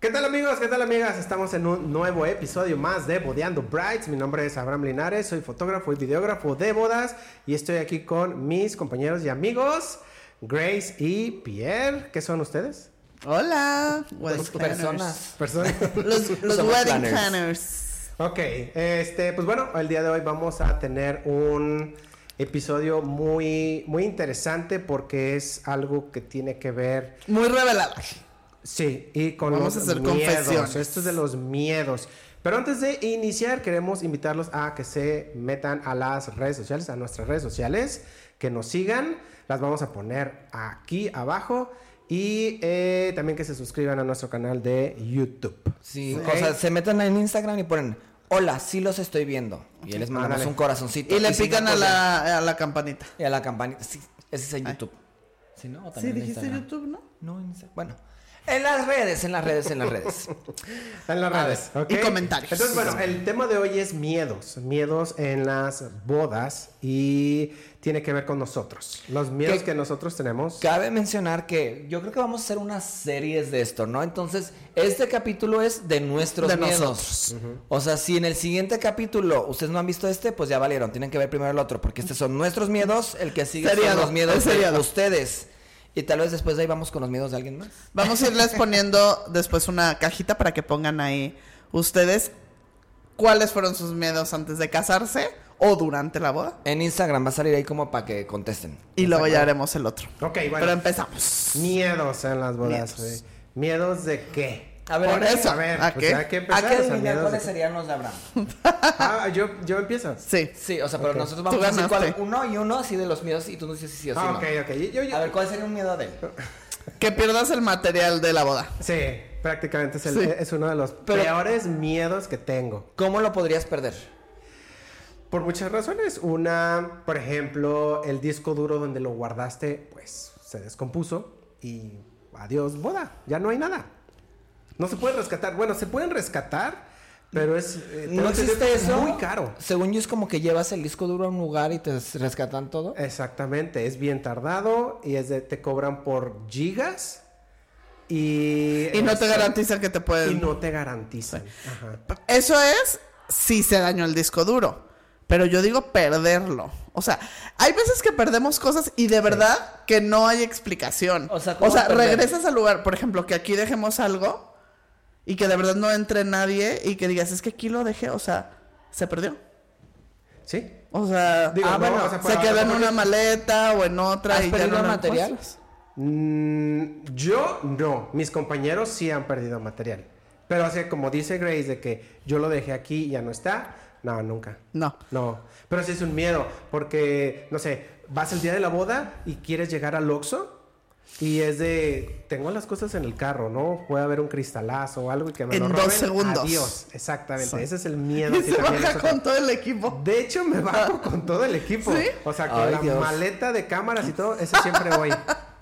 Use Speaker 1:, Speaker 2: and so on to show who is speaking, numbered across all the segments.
Speaker 1: ¿Qué tal amigos? ¿Qué tal amigas? Estamos en un nuevo episodio más de Bodeando Brides. Mi nombre es Abraham Linares, soy fotógrafo y videógrafo de bodas y estoy aquí con mis compañeros y amigos Grace y Pierre. ¿Qué son ustedes?
Speaker 2: Hola, wedding
Speaker 3: Los
Speaker 2: planners.
Speaker 3: personas.
Speaker 1: Personas.
Speaker 2: Los, los
Speaker 3: Somos
Speaker 2: wedding planners.
Speaker 3: planners.
Speaker 1: ok, este, pues bueno, el día de hoy vamos a tener un episodio muy, muy interesante porque es algo que tiene que ver
Speaker 2: Muy revelada.
Speaker 1: Sí, y con
Speaker 2: Vamos
Speaker 1: los
Speaker 2: a hacer
Speaker 1: miedos.
Speaker 2: confesiones.
Speaker 1: Esto es de los miedos. Pero antes de iniciar, queremos invitarlos a que se metan a las redes sociales, a nuestras redes sociales, que nos sigan. Las vamos a poner aquí abajo. Y eh, también que se suscriban a nuestro canal de YouTube.
Speaker 3: Sí,
Speaker 1: Ok.
Speaker 3: o sea, se meten en Instagram y ponen, hola, sí los estoy viendo. Y ahí les mandamos
Speaker 1: Ándale.
Speaker 3: un corazoncito.
Speaker 2: Y le
Speaker 3: si no,
Speaker 2: pican a
Speaker 3: pues,
Speaker 2: la, a la campanita.
Speaker 3: Y a la campanita. Sí, ese es en
Speaker 2: Ay.
Speaker 3: YouTube. Sí, ¿no? O
Speaker 2: Sí,
Speaker 3: también en
Speaker 2: dijiste
Speaker 3: Instagram.
Speaker 2: YouTube, ¿no?
Speaker 3: No, en Instagram. Bueno. En las redes, en las redes, en las redes.
Speaker 1: En las
Speaker 2: A
Speaker 1: redes.
Speaker 2: ver,
Speaker 1: ¿ok?
Speaker 2: y comentarios.
Speaker 1: Entonces, bueno, el tema de hoy es miedos. Miedos en las bodas. Y tiene que ver con nosotros. Los miedos
Speaker 3: Que-
Speaker 1: que nosotros tenemos.
Speaker 3: Cabe mencionar que yo creo que vamos a hacer unas series de esto, ¿no? Entonces, este capítulo es de nuestros
Speaker 2: De
Speaker 3: miedos.
Speaker 2: nosotros.
Speaker 3: O sea, si en el siguiente capítulo ustedes no han visto este, pues ya valieron. Tienen que ver primero el otro, porque estos son nuestros miedos. El que sigue
Speaker 2: Seriado,
Speaker 3: son los miedos
Speaker 2: es
Speaker 3: de
Speaker 2: seriado.
Speaker 3: ustedes. Y tal vez después de ahí vamos con los miedos de alguien más.
Speaker 2: Vamos a irles poniendo después una cajita para que pongan ahí ustedes cuáles fueron sus miedos antes de casarse o durante la boda.
Speaker 3: En Instagram va a salir ahí como para que contesten.
Speaker 2: Y luego ya haremos el otro.
Speaker 1: Ok, bueno.
Speaker 2: Pero empezamos.
Speaker 1: Miedos en las bodas.
Speaker 2: Miedos.
Speaker 1: güey. ¿Miedos de qué?
Speaker 3: A ver,
Speaker 2: Por
Speaker 3: hay que-
Speaker 2: eso.
Speaker 1: A ver,
Speaker 2: ¿A
Speaker 1: pues,
Speaker 2: qué?
Speaker 1: hay que empezar.
Speaker 3: Hay que
Speaker 1: o sea,
Speaker 3: adivinar
Speaker 1: miedos
Speaker 3: cuáles
Speaker 1: de-
Speaker 3: serían los de Abraham.
Speaker 1: Ah, yo, yo empiezo.
Speaker 2: Sí.
Speaker 3: Sí, o sea, pero
Speaker 1: Ok.
Speaker 3: nosotros vamos
Speaker 2: Tú
Speaker 3: a decir
Speaker 2: ganaste.
Speaker 3: cuál- uno y uno así de los miedos y tú nos dices si sí o sí.
Speaker 1: Ah,
Speaker 3: no.
Speaker 1: ok, ok. Yo, yo-
Speaker 3: A ver, ¿cuál sería un miedo de él?
Speaker 2: Que pierdas el material de la boda.
Speaker 1: Sí, prácticamente es, el-
Speaker 2: Sí.
Speaker 1: es uno de los
Speaker 3: Pero-
Speaker 1: peores miedos que tengo.
Speaker 3: ¿Cómo lo podrías perder?
Speaker 1: Por muchas razones. Una, por ejemplo, el disco duro donde lo guardaste, pues se descompuso y adiós, boda. Ya no hay nada. No se puede rescatar. Bueno, se pueden rescatar, pero es. eh,
Speaker 3: ¿No
Speaker 1: tengo que
Speaker 3: existe
Speaker 1: decir,
Speaker 3: eso?
Speaker 1: Muy caro.
Speaker 3: Según yo es como que llevas el disco duro a un lugar y te rescatan todo.
Speaker 1: Exactamente, es bien tardado y es de, te cobran por gigas y...
Speaker 2: Y no te
Speaker 1: este,
Speaker 2: garantizan que te
Speaker 1: Y
Speaker 2: pueden.
Speaker 1: no te garantizan. Ajá.
Speaker 2: Eso es si se dañó el disco duro. Pero yo digo perderlo. O sea, hay veces que perdemos cosas y de verdad que no hay explicación.
Speaker 3: O
Speaker 2: O sea,
Speaker 3: sea, ¿cómo perder?
Speaker 2: regresas al lugar, por ejemplo, que aquí dejemos algo y que de verdad no entre nadie y que digas, es que aquí lo dejé, o sea, se perdió.
Speaker 1: Sí.
Speaker 2: O sea,
Speaker 1: Digo,
Speaker 2: ah,
Speaker 1: no,
Speaker 2: bueno,
Speaker 1: o sea,
Speaker 2: se
Speaker 1: para-
Speaker 2: quedó en
Speaker 1: para-
Speaker 2: una maleta o en otra
Speaker 3: ¿Has
Speaker 2: y ya
Speaker 3: perdido
Speaker 2: no lo
Speaker 3: material?
Speaker 2: encuentras.
Speaker 1: Mm, yo no, mis compañeros sí han perdido material. Pero así como dice Grace de que yo lo dejé aquí y ya no está, no, nunca.
Speaker 2: No.
Speaker 1: No, pero sí es un miedo, porque, no sé, vas el día de la boda y quieres llegar al Oxxo y es de, tengo las cosas en el carro, ¿no? Puede haber un cristalazo o algo y que me lo
Speaker 2: En dos
Speaker 1: roben.
Speaker 2: segundos.
Speaker 1: Adiós, exactamente.
Speaker 2: Sí.
Speaker 1: Ese es el miedo.
Speaker 2: Y
Speaker 1: que
Speaker 2: se
Speaker 1: también
Speaker 2: baja
Speaker 1: nosotros-
Speaker 2: con todo el equipo.
Speaker 1: De hecho, me bajo con todo el equipo.
Speaker 2: ¿Sí?
Speaker 1: O sea, con
Speaker 3: Ay,
Speaker 1: la
Speaker 3: Dios.
Speaker 1: maleta de cámaras y todo, eso siempre voy.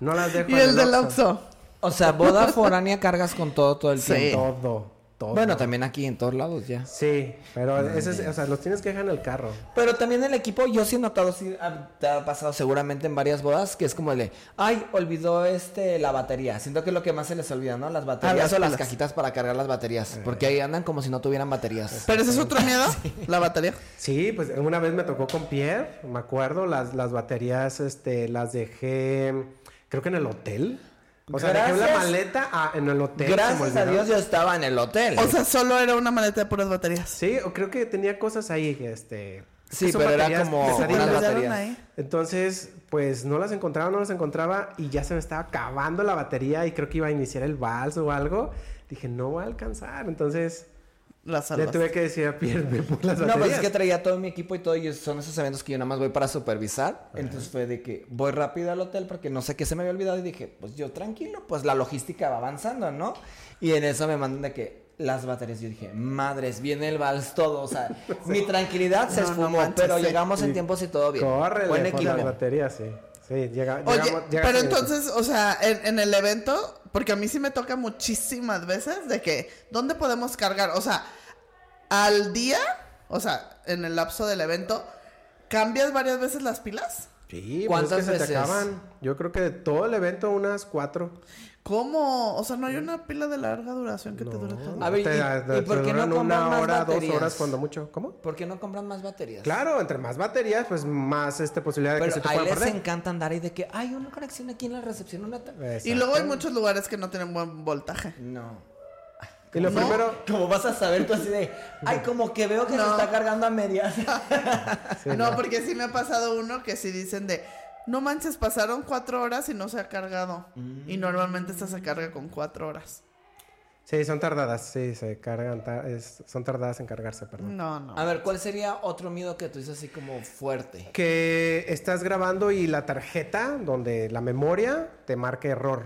Speaker 1: No las dejo
Speaker 2: Y
Speaker 1: en
Speaker 2: el del
Speaker 1: Oxxo.
Speaker 2: Oxxo.
Speaker 3: O sea, boda foránea cargas con todo todo el
Speaker 2: Sí.
Speaker 3: tiempo.
Speaker 1: Todo, todo.
Speaker 3: Bueno, también aquí en todos lados ya.
Speaker 1: Sí, pero ese es- o sea, los tienes que dejar en el carro.
Speaker 3: Pero también el equipo, yo sí he notado, sí ha, te ha pasado seguramente en varias bodas, que es como el de, ay, olvidó este, la batería. Siento que es lo que más se les olvida, ¿no? Las baterías
Speaker 2: Ah, las Eh.
Speaker 3: o las
Speaker 2: pilas.
Speaker 3: cajitas para cargar las baterías. Porque ahí andan como si no tuvieran baterías.
Speaker 2: Pero ese es otro miedo, la batería.
Speaker 1: Sí, pues una vez me tocó con Pierre, me acuerdo, las, las baterías este, las dejé, creo que en el hotel. O sea, dejé la
Speaker 3: Gracias.
Speaker 1: maleta ah, en el hotel. se me
Speaker 3: Gracias a
Speaker 1: olvidó.
Speaker 3: Dios yo estaba en el hotel.
Speaker 2: O sea, solo era una maleta de puras baterías.
Speaker 1: Sí, o creo que tenía cosas ahí, este...
Speaker 3: Sí,
Speaker 1: que son
Speaker 3: pero era
Speaker 1: baterías
Speaker 3: como
Speaker 1: pesaditas.
Speaker 3: unas
Speaker 2: Las dejaron
Speaker 3: baterías.
Speaker 2: ahí.
Speaker 1: Entonces, pues no las encontraba, no las encontraba y ya se me estaba acabando la batería y creo que iba a iniciar el vals o algo. Dije, no voy a alcanzar. Entonces,
Speaker 2: Las
Speaker 1: le
Speaker 2: salvas.
Speaker 1: tuve que decir a Pierre, "Ve por las
Speaker 3: No,
Speaker 1: baterías.
Speaker 3: pues es que traía todo mi equipo y todo, y son esos eventos que yo nada más voy para supervisar. Entonces fue de que voy rápido al hotel porque no sé qué se me había olvidado y dije, pues yo tranquilo, pues la logística va avanzando, ¿no? Y en eso me mandan de que las baterías, yo dije, madres, viene el vals todo, o sea, mi tranquilidad se
Speaker 2: No, no
Speaker 3: esfumó,
Speaker 2: manches,
Speaker 3: pero
Speaker 2: sí.
Speaker 3: llegamos en
Speaker 1: Y
Speaker 3: tiempo y todo bien.
Speaker 1: Córrele
Speaker 3: Buen
Speaker 1: por
Speaker 3: equipo.
Speaker 1: las baterías, sí. Sí, llega,
Speaker 2: Oye,
Speaker 1: llegamos- llega-
Speaker 2: pero entonces, o sea, en, en el evento, porque a mí sí me toca muchísimas veces de que, ¿dónde podemos cargar? O sea, al día, o sea, en el lapso del evento, ¿cambias varias veces las pilas?
Speaker 1: Sí, ¿Cuántas pues
Speaker 3: ¿Cuántas
Speaker 1: es que se te
Speaker 3: veces?
Speaker 1: acaban. Yo creo que de todo el evento, unas cuatro.
Speaker 2: ¿Cómo? O sea,
Speaker 1: Mm.
Speaker 2: no hay una pila de larga duración que te dure todo.
Speaker 3: A ver,
Speaker 1: Te-
Speaker 3: ¿y-
Speaker 1: te
Speaker 3: y por qué no
Speaker 1: duran
Speaker 3: compran
Speaker 1: una
Speaker 3: más
Speaker 1: hora, dos
Speaker 3: baterías?
Speaker 1: horas cuando mucho? ¿Cómo?
Speaker 3: ¿Por qué no compran más baterías?
Speaker 1: Claro, entre más baterías, pues más este, posibilidad de
Speaker 3: Pero
Speaker 1: que se te
Speaker 3: ahí
Speaker 1: puedan
Speaker 3: les
Speaker 1: perder. Eh.
Speaker 3: encanta andar ahí de que hay una conexión aquí en la recepción. Una ta-".
Speaker 2: Y luego hay
Speaker 1: Exacto.
Speaker 2: muchos lugares que no tienen buen voltaje.
Speaker 3: No.
Speaker 1: Y lo
Speaker 2: No.
Speaker 1: primero,
Speaker 3: Como vas a saber tú así de, ay, como que veo que se
Speaker 2: No.
Speaker 3: está cargando a medias.
Speaker 1: Sí,
Speaker 2: Ah, no,
Speaker 1: no.
Speaker 2: porque sí me ha pasado uno que sí dicen de, no manches, pasaron cuatro horas y no se ha cargado. Y normalmente esta se carga con cuatro horas.
Speaker 1: Sí, son tardadas, sí, se cargan, ta- es- son tardadas en cargarse, perdón.
Speaker 2: No, no.
Speaker 3: A ver, ¿cuál sería otro miedo que tú dices así como fuerte?
Speaker 1: Que estás grabando y la tarjeta, donde la memoria te marca error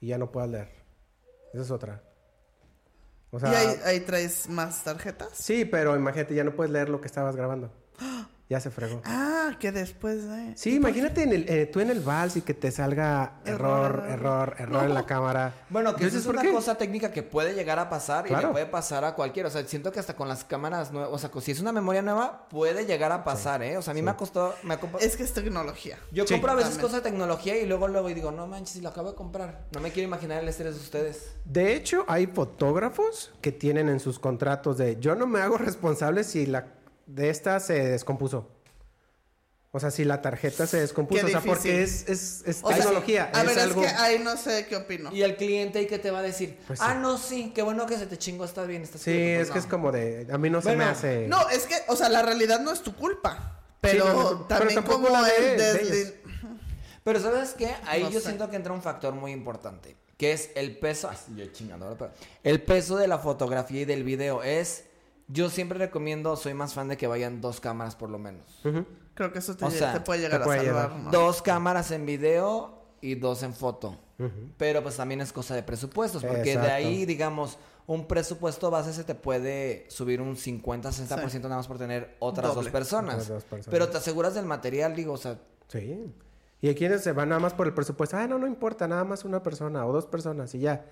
Speaker 1: y ya no puedas leer. Esa es otra. O sea,
Speaker 2: ¿Y ahí, ahí traes más tarjetas?
Speaker 1: sí, pero imagínate, ya no puedes leer lo que estabas grabando. Ya se fregó.
Speaker 2: Ah, que después de...
Speaker 1: Sí, imagínate en el, eh, tú en el vals y que te salga error,
Speaker 2: Error.
Speaker 1: error, error en la cámara.
Speaker 3: Bueno, que eso
Speaker 1: Entonces,
Speaker 3: es
Speaker 1: ¿por
Speaker 3: una
Speaker 1: qué?
Speaker 3: cosa técnica que puede llegar a pasar y
Speaker 1: Claro.
Speaker 3: le puede pasar a cualquiera. O sea, siento que hasta con las cámaras nuevas, o sea, si es una memoria nueva, puede llegar a pasar, ¿eh? O sea, a mí me ha costado, me ha compa-
Speaker 2: Es que es tecnología.
Speaker 3: Yo
Speaker 1: Sí.
Speaker 3: compro a veces
Speaker 2: También.
Speaker 3: cosas de tecnología y luego luego y digo, no manches, si lo acabo de comprar. No me quiero imaginar el estrés de ustedes.
Speaker 1: De hecho, hay fotógrafos que tienen en sus contratos de yo no me hago responsable si la de esta se descompuso. O sea, si la tarjeta se descompuso.
Speaker 2: Qué
Speaker 1: O sea,
Speaker 2: difícil.
Speaker 1: porque es, es, es
Speaker 2: O sea,
Speaker 1: tecnología.
Speaker 2: a
Speaker 1: es
Speaker 2: ver,
Speaker 1: algo...
Speaker 2: es que ah, ahí no sé qué opino.
Speaker 3: Y el cliente ahí que te va a decir,
Speaker 1: Pues
Speaker 3: ah,
Speaker 1: sí.
Speaker 3: no, sí, qué bueno que se te chingó, estás bien, estás
Speaker 1: Sí,
Speaker 3: quieto". Pues
Speaker 1: es que
Speaker 3: no.
Speaker 1: es como de... A mí no se me
Speaker 3: Bueno,
Speaker 1: hace...
Speaker 2: No, es que, o sea, la realidad no es tu culpa. Pero
Speaker 1: eh, no, no, pero
Speaker 2: también
Speaker 1: tampoco
Speaker 2: como
Speaker 1: la de-
Speaker 2: el
Speaker 1: de
Speaker 2: desli-
Speaker 1: ellos.
Speaker 3: Pero ¿sabes qué? Ahí
Speaker 2: No
Speaker 3: yo
Speaker 2: sé.
Speaker 3: siento que entra un factor muy importante, que es el peso, ay, yo chingando, ahora, pero- el peso de la fotografía y del video es, yo siempre recomiendo, soy más fan de que vayan dos cámaras por lo menos.
Speaker 1: Ujú.
Speaker 2: Creo que eso te,
Speaker 3: O sea,
Speaker 2: te puede
Speaker 1: te
Speaker 2: llegar
Speaker 1: puede
Speaker 2: a salvar.
Speaker 1: llevar.
Speaker 2: ¿no?
Speaker 3: Dos cámaras en video y dos en foto. Pero pues también es cosa de presupuestos, porque de
Speaker 1: Exacto.
Speaker 3: ahí, digamos, un presupuesto base se te puede subir un 50, 60% nada más por tener otras
Speaker 2: Doble.
Speaker 3: dos, personas.
Speaker 1: Otras dos personas.
Speaker 3: Pero te aseguras del material, digo, o sea,
Speaker 1: Sí. Y hay quienes se van nada más por el presupuesto. Ah, no, no importa, nada más una persona o dos personas y ya.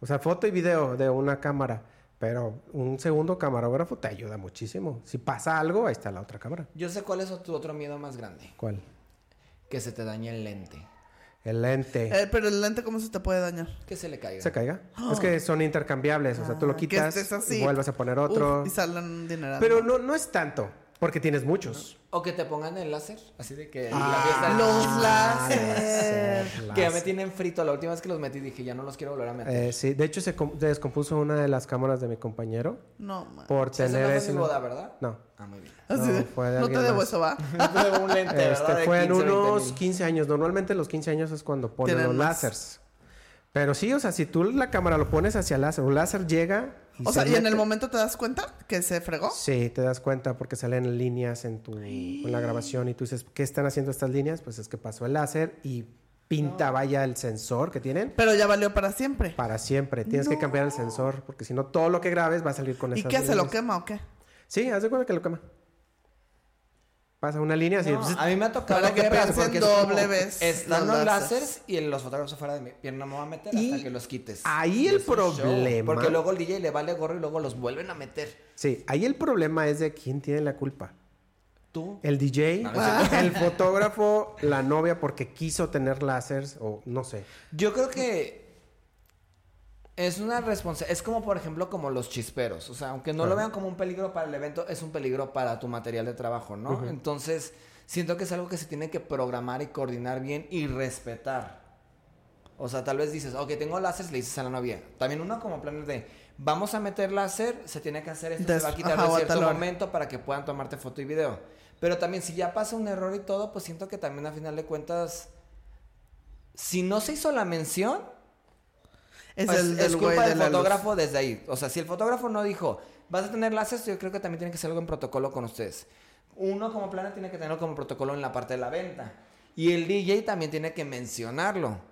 Speaker 1: O sea, foto y video de una cámara. Pero un segundo camarógrafo te ayuda muchísimo. Si pasa algo, ahí está la otra cámara.
Speaker 3: yo sé cuál es tu otro miedo más grande,
Speaker 1: ¿Cuál?
Speaker 3: que se te dañe el lente,
Speaker 1: El lente.
Speaker 2: Eh, pero el lente, ¿cómo se te puede dañar?
Speaker 3: que se le caiga.
Speaker 1: se caiga. Es que son intercambiables. O sea, tú lo
Speaker 2: Eh, Ah,
Speaker 1: quitas
Speaker 2: que estés así.
Speaker 1: y vuelves a poner otro.
Speaker 2: Uf, y salen un dineral.
Speaker 1: Pero no, no es tanto, porque tienes muchos.
Speaker 3: O que te pongan el láser, así de que...
Speaker 1: Ah,
Speaker 3: la
Speaker 2: los
Speaker 3: fiesta-
Speaker 2: láser.
Speaker 1: láser,
Speaker 3: Que ya me
Speaker 1: láser.
Speaker 3: tienen frito. La última vez que los metí dije, ya no los quiero volver a meter.
Speaker 1: Eh, sí, de hecho se, com- se descompuso una de las cámaras de mi compañero
Speaker 2: No, man.
Speaker 1: por
Speaker 3: Ese no
Speaker 1: tener
Speaker 3: fue
Speaker 1: ese-
Speaker 3: mi boda, ¿verdad?
Speaker 1: No.
Speaker 3: Ah, muy bien.
Speaker 2: Así
Speaker 1: no,
Speaker 2: de,
Speaker 1: fue de
Speaker 2: no te
Speaker 1: alguien
Speaker 2: debo
Speaker 1: más.
Speaker 2: eso, va.
Speaker 3: Fue un lente, ¿verdad?
Speaker 1: Este,
Speaker 3: Ah, De
Speaker 1: fue en
Speaker 3: 15, 20
Speaker 1: unos
Speaker 3: mil.
Speaker 1: 15 años. Normalmente los 15 años es cuando ponen
Speaker 2: Tienen
Speaker 1: los
Speaker 2: más.
Speaker 1: láseres. Pero sí, o sea, si tú la cámara lo pones hacia el láser, un láser llega.
Speaker 2: O sea,
Speaker 1: se
Speaker 2: y en
Speaker 1: mete.
Speaker 2: el momento te das cuenta que se fregó.
Speaker 1: Sí, te das cuenta porque salen líneas en tu en la grabación y tú dices, ¿qué están haciendo estas líneas? Pues es que pasó el láser y pinta vaya el sensor que tienen
Speaker 2: Pero ya valió para siempre.
Speaker 1: para siempre. Tienes que cambiar el sensor porque si no todo lo que grabes va a salir con
Speaker 2: ¿Y
Speaker 1: esas
Speaker 2: qué hace? ¿Lo
Speaker 1: líneas.
Speaker 2: quema o qué?
Speaker 1: Sí, haz de cuenta que lo quema. Pasa una línea así.
Speaker 3: No, a mí me ha tocado
Speaker 2: Para que
Speaker 3: guerras
Speaker 2: piensen
Speaker 3: porque es
Speaker 2: doble
Speaker 3: como,
Speaker 2: vez
Speaker 3: Están
Speaker 2: los
Speaker 3: los
Speaker 2: láseres.
Speaker 3: láseres y los fotógrafos fuera de mi pierna me voy a meter
Speaker 1: Y
Speaker 3: hasta que los quites.
Speaker 1: ahí
Speaker 3: Y
Speaker 1: el
Speaker 3: es un show,
Speaker 1: problema-
Speaker 3: Porque luego el DJ le vale gorro y luego los vuelven a meter.
Speaker 1: Sí, ahí el problema es de quién tiene la culpa.
Speaker 3: Tú.
Speaker 1: El DJ,
Speaker 3: No,
Speaker 2: Ah,
Speaker 3: no
Speaker 1: el fotógrafo, la novia porque quiso tener láseres o no sé.
Speaker 3: Yo creo que es una responsabilidad. Es como, por ejemplo, como los chisperos. O sea, aunque no lo
Speaker 1: Claro.
Speaker 3: vean como un peligro para el evento, es un peligro para tu material de trabajo, ¿no? Entonces, siento que es algo que se tiene que programar y coordinar bien y respetar. O sea, tal vez dices, ok, tengo láser, le dices a la novia. También uno como planes de, vamos a meter láser, se tiene que hacer esto,
Speaker 2: Des-
Speaker 3: se va a quitar
Speaker 2: ajá, o
Speaker 3: de
Speaker 2: a
Speaker 3: cierto
Speaker 2: tal hora.
Speaker 3: momento para que puedan tomarte foto y video. Pero también, si ya pasa un error y todo, pues siento que también a final de cuentas, si no se hizo la mención,
Speaker 2: Es
Speaker 3: pues,
Speaker 2: el,
Speaker 3: es
Speaker 2: el güey
Speaker 3: culpa
Speaker 2: de
Speaker 3: del
Speaker 2: la luz.
Speaker 3: fotógrafo desde ahí. O sea, si el fotógrafo no dijo, vas a tener láser, yo creo que también tiene que ser algo en protocolo con ustedes. Uno como plana tiene que tenerlo como protocolo en la parte de la venta. Y el DJ también tiene que mencionarlo.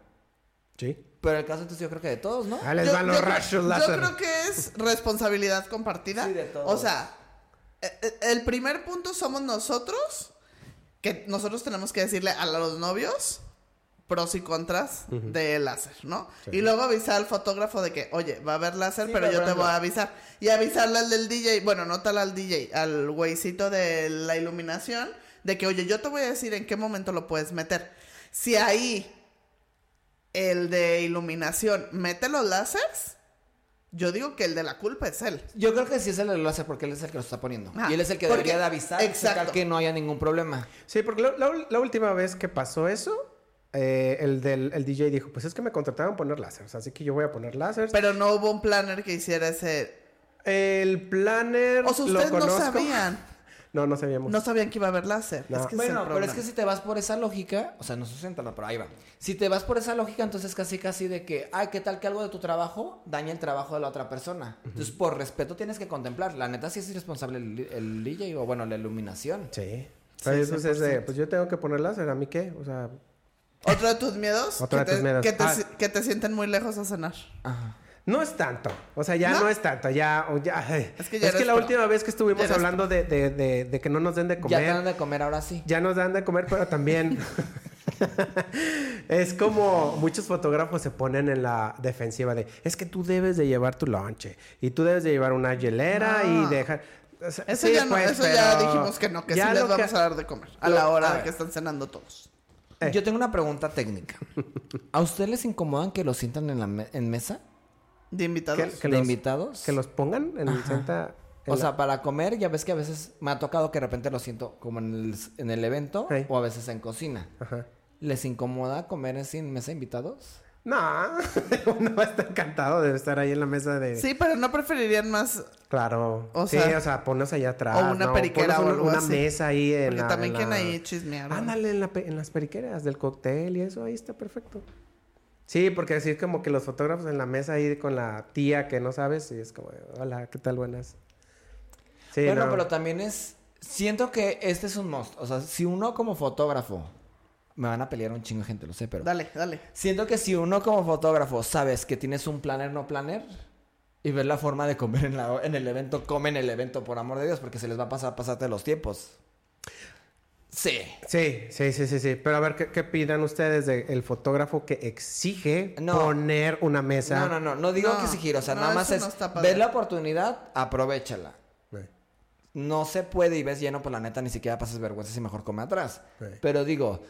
Speaker 1: Sí.
Speaker 3: Pero el caso entonces yo creo que de todos, ¿no?
Speaker 1: Ahí les
Speaker 2: Yo-
Speaker 1: van los
Speaker 2: yo creo-
Speaker 1: rayos
Speaker 2: Yo
Speaker 1: láser.
Speaker 2: creo que es responsabilidad compartida.
Speaker 3: Sí, de todos.
Speaker 2: O sea, e- e- el primer punto somos nosotros, que nosotros tenemos que decirle a los novios pros y contras de láser, ¿no? Y luego avisar al fotógrafo de que, oye, va a haber láser,
Speaker 3: Sí,
Speaker 2: pero
Speaker 3: pero
Speaker 2: yo
Speaker 3: por
Speaker 2: te voy a
Speaker 3: ejemplo-
Speaker 2: avisar. Y avisarle al del DJ, bueno, no tal al DJ, al güeycito de la iluminación, de que, oye, yo te voy a decir en qué momento lo puedes meter. Si ahí el de iluminación mete los láseres, yo digo que el de la culpa es él.
Speaker 3: Yo creo que sí es el del láser porque él es el que lo está poniendo.
Speaker 2: Ajá,
Speaker 3: y él es el que
Speaker 2: Ah, porque-
Speaker 3: debería de avisar y
Speaker 2: exacto.
Speaker 3: checar que no haya ningún problema.
Speaker 1: Sí, porque la, la- la última vez que pasó eso, eh, el del el DJ dijo, pues es que me contrataron a poner láseres, así que yo voy a poner láseres.
Speaker 2: Pero no hubo un planner que hiciera ese...
Speaker 1: el planner
Speaker 2: O sea,
Speaker 1: lo
Speaker 2: ustedes no
Speaker 1: conozco.
Speaker 2: sabían.
Speaker 1: No, no sabíamos.
Speaker 2: No sabían que iba a haber láser.
Speaker 1: No.
Speaker 2: Es que ese
Speaker 3: Bueno,
Speaker 2: el
Speaker 3: pero es
Speaker 2: problema.
Speaker 3: que si te vas por esa lógica, o sea, no sustentan, pero ahí va. Si te vas por esa lógica, entonces casi casi de que, ay, ¿qué tal que algo de tu trabajo daña el trabajo de la otra persona? Entonces, por respeto tienes que contemplar. La neta sí es irresponsable el, li- el DJ o, bueno, la iluminación.
Speaker 1: Sí. Pero eso es de, pues yo tengo que poner láser, ¿a mí qué? O sea,
Speaker 2: Otro de tus miedos.
Speaker 1: Otro
Speaker 2: que
Speaker 1: de tus
Speaker 2: te-
Speaker 1: miedos.
Speaker 2: Que te,
Speaker 1: Ah.
Speaker 2: si- que te sienten muy lejos a cenar.
Speaker 3: Ajá.
Speaker 1: No es tanto. O sea, ya no,
Speaker 2: ¿No?
Speaker 1: es tanto. Ya, o ya- Es que,
Speaker 2: que ya eres
Speaker 1: la
Speaker 2: pro.
Speaker 1: última vez que
Speaker 2: Ya
Speaker 1: estuvimos
Speaker 2: eres
Speaker 1: hablando de, de- de- de que no nos den de
Speaker 3: Ya te
Speaker 1: comer. Ya,
Speaker 3: dan de comer ahora sí.
Speaker 1: nos dan de comer, pero también. es como muchos fotógrafos se ponen en la defensiva de es que tú debes de llevar tu lonche y tú debes de llevar una hielera
Speaker 2: No.
Speaker 1: y dejar. O sea,
Speaker 2: Eso,
Speaker 1: sí,
Speaker 2: ya, no-
Speaker 1: pues,
Speaker 2: eso ya
Speaker 1: pero
Speaker 2: dijimos que no, que sí
Speaker 1: ya
Speaker 2: les
Speaker 1: lo que-
Speaker 2: vamos a dar de comer. A
Speaker 1: lo-
Speaker 2: la
Speaker 1: a
Speaker 2: hora de
Speaker 1: ver.
Speaker 2: que están cenando todos.
Speaker 1: Eh.
Speaker 3: Yo tengo una pregunta técnica. ¿A ustedes les incomodan que los sientan en la me- en mesa
Speaker 2: De invitados.
Speaker 1: que- que
Speaker 3: de
Speaker 1: los-
Speaker 3: invitados?
Speaker 1: Que los pongan en el senta. en
Speaker 3: O
Speaker 1: la-
Speaker 3: sea, para comer, ya ves que a veces me ha tocado que de repente lo siento como en el, en el evento
Speaker 1: Ey.
Speaker 3: o a veces en cocina.
Speaker 1: Ajá.
Speaker 3: ¿Les incomoda comer sin mesa de invitados?
Speaker 1: No, uno va a estar encantado de estar ahí en la mesa de.
Speaker 2: Sí, pero no preferirían más.
Speaker 1: Claro.
Speaker 2: O
Speaker 1: sí,
Speaker 2: sea-
Speaker 1: o sea, ponos allá atrás.
Speaker 2: O una
Speaker 1: ¿no?
Speaker 2: periquera
Speaker 1: Ponos una,
Speaker 2: o algo
Speaker 1: una
Speaker 2: así.
Speaker 1: mesa ahí en
Speaker 2: Porque
Speaker 1: la-
Speaker 2: también
Speaker 1: en
Speaker 2: quieren
Speaker 1: la-
Speaker 2: ahí chismear.
Speaker 1: Ándale, en, la pe- en las periqueras del cóctel y eso, ahí está perfecto. Sí, porque así es como que los fotógrafos en la mesa ahí con la tía que no sabes y es como, hola, ¿qué tal? Buenas. Sí,
Speaker 3: bueno,
Speaker 1: no.
Speaker 3: pero también es... Siento que este es un must. O sea, si uno como fotógrafo... Me van a pelear un chingo de gente, lo sé, pero...
Speaker 2: Dale, dale.
Speaker 3: Siento que si uno como fotógrafo sabes que tienes un planner no planner y ves la forma de comer en, la- en el evento, come en el evento, por amor de Dios, porque se les va a pasar pasarte los tiempos. Sí.
Speaker 1: Sí, sí, sí, sí, sí. Pero a ver, ¿qué, qué pidan ustedes del fotógrafo que exige
Speaker 3: No.
Speaker 1: poner una mesa?
Speaker 3: No, no, no, no digo
Speaker 2: No,
Speaker 3: que exigir, o sea,
Speaker 2: no,
Speaker 3: nada más
Speaker 2: eso
Speaker 3: es
Speaker 2: no está padre.
Speaker 3: ves la oportunidad, aprovechala.
Speaker 1: Eh.
Speaker 3: No se puede y ves lleno, pues la neta ni siquiera pases vergüenza y mejor come atrás.
Speaker 1: Sí.
Speaker 3: Pero digo,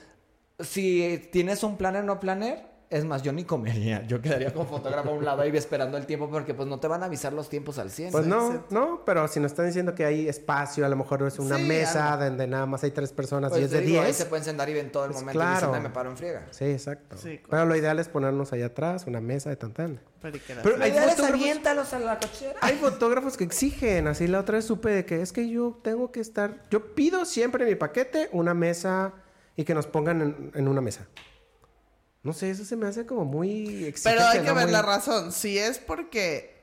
Speaker 3: si tienes un planner no planner, es más, yo ni comería, yo quedaría con fotógrafo a un lado y esperando el tiempo porque pues no te van a avisar los tiempos al ¿eh? 100.
Speaker 1: Pues
Speaker 2: Sí,
Speaker 1: no,
Speaker 2: sí.
Speaker 1: no, pero si nos están diciendo que hay espacio, a lo mejor es una
Speaker 2: Sí,
Speaker 1: mesa donde nada más hay tres personas
Speaker 3: Pues
Speaker 1: y es
Speaker 3: te
Speaker 1: de
Speaker 3: digo, ahí
Speaker 1: 10.
Speaker 3: se pueden sentar y en todo el
Speaker 1: Pues
Speaker 3: momento y
Speaker 1: claro.
Speaker 3: dicen, "Ay, me paro en friega.
Speaker 1: Sí, exacto.
Speaker 2: Sí, correcto.
Speaker 1: Pero lo ideal es ponernos allá atrás, una mesa de tantán.
Speaker 2: Periquera.
Speaker 1: Pero- Hay
Speaker 3: Ay, dale,
Speaker 1: fotógrafos-
Speaker 3: aviéntalos a la cochera.
Speaker 1: Hay fotógrafos que exigen, así la otra vez supe de que es que yo tengo que estar, yo pido siempre en mi paquete una mesa y que nos pongan en, en una mesa. No sé, eso se me hace como muy exigente.
Speaker 2: Pero hay que
Speaker 1: ¿no?
Speaker 2: ver
Speaker 1: Muy-
Speaker 2: la razón. Si es porque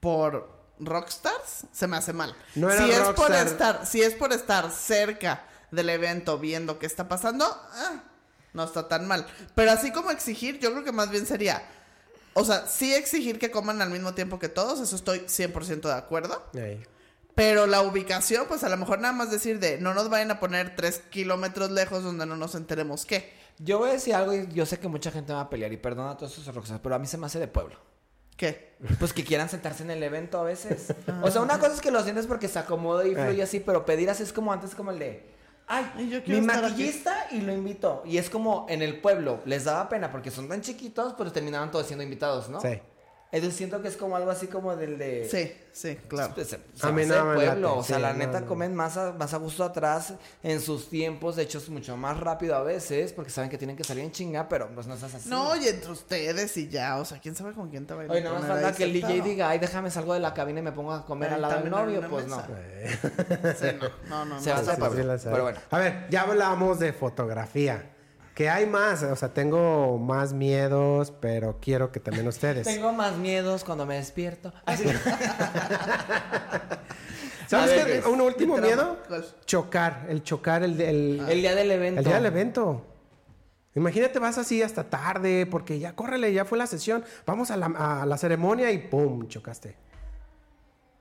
Speaker 2: por Rockstars, se me hace mal.
Speaker 1: No era
Speaker 2: si es por
Speaker 1: rockstar.
Speaker 2: estar, si es por estar cerca del evento viendo qué está pasando, ah, no está tan mal. Pero así como exigir, yo creo que más bien sería o sea, sí exigir que coman al mismo tiempo que todos, eso estoy 100% de acuerdo.
Speaker 1: Ahí.
Speaker 2: Pero la ubicación, pues a lo mejor nada más decir de no nos vayan a poner tres kilómetros lejos donde no nos enteremos qué.
Speaker 3: Yo voy a decir algo y yo sé que mucha gente me va a pelear y perdona a todos esos roxas, pero a mí se me hace de pueblo.
Speaker 2: ¿Qué?
Speaker 3: Pues que quieran sentarse en el evento a veces. O sea, una cosa es que lo sientes porque se acomoda y fluye
Speaker 1: Eh.
Speaker 3: así, pero pedir así es como antes como el de,
Speaker 2: Ay, yo
Speaker 3: ay, mi
Speaker 2: quiero estar aquí".
Speaker 3: maquillista y lo invito. Y es como en el pueblo, les daba pena porque son tan chiquitos, pero terminaban todos siendo invitados, ¿no?
Speaker 1: Sí.
Speaker 3: Entonces siento que es como algo así como del de...
Speaker 2: Sí, sí, claro.
Speaker 3: Pues, se- se
Speaker 1: A mí
Speaker 3: hace
Speaker 1: no me
Speaker 3: pueblo,
Speaker 1: late,
Speaker 3: o sea,
Speaker 1: sí,
Speaker 3: la
Speaker 1: no,
Speaker 3: neta
Speaker 1: no.
Speaker 3: comen más a, más a gusto atrás en sus tiempos, de hecho es mucho más rápido a veces, porque saben que tienen que salir en chinga, pero pues no estás así.
Speaker 2: No, y entre ustedes y ya, o sea, quién sabe con quién te va a ir.
Speaker 3: Oye, nada más falta que el DJ diga, ay, déjame salgo de la cabina y me pongo a comer
Speaker 2: Ahí
Speaker 3: al lado del
Speaker 2: también en
Speaker 3: novio,
Speaker 2: una
Speaker 3: pues
Speaker 2: mesa.
Speaker 3: no.
Speaker 2: no, no, no.
Speaker 3: Se va a
Speaker 1: Sí,
Speaker 3: hacer
Speaker 1: sí,
Speaker 3: Pablo,
Speaker 1: sí la sabe.
Speaker 3: pero bueno.
Speaker 1: A ver, ya hablamos de fotografía. Que hay más, o sea, tengo más miedos, pero quiero que también ustedes.
Speaker 3: Tengo más miedos cuando me despierto. Así-
Speaker 1: ¿Sabes
Speaker 3: A ver,
Speaker 1: qué?
Speaker 3: Luis,
Speaker 1: Un último
Speaker 2: mi trauma.
Speaker 1: miedo.
Speaker 2: ¿Cuál?
Speaker 1: Chocar, el chocar, el, el,
Speaker 3: el día del evento.
Speaker 1: el día del evento. Imagínate, vas así hasta tarde, porque ya córrele, ya fue la sesión, vamos a la, a la ceremonia y ¡pum! chocaste.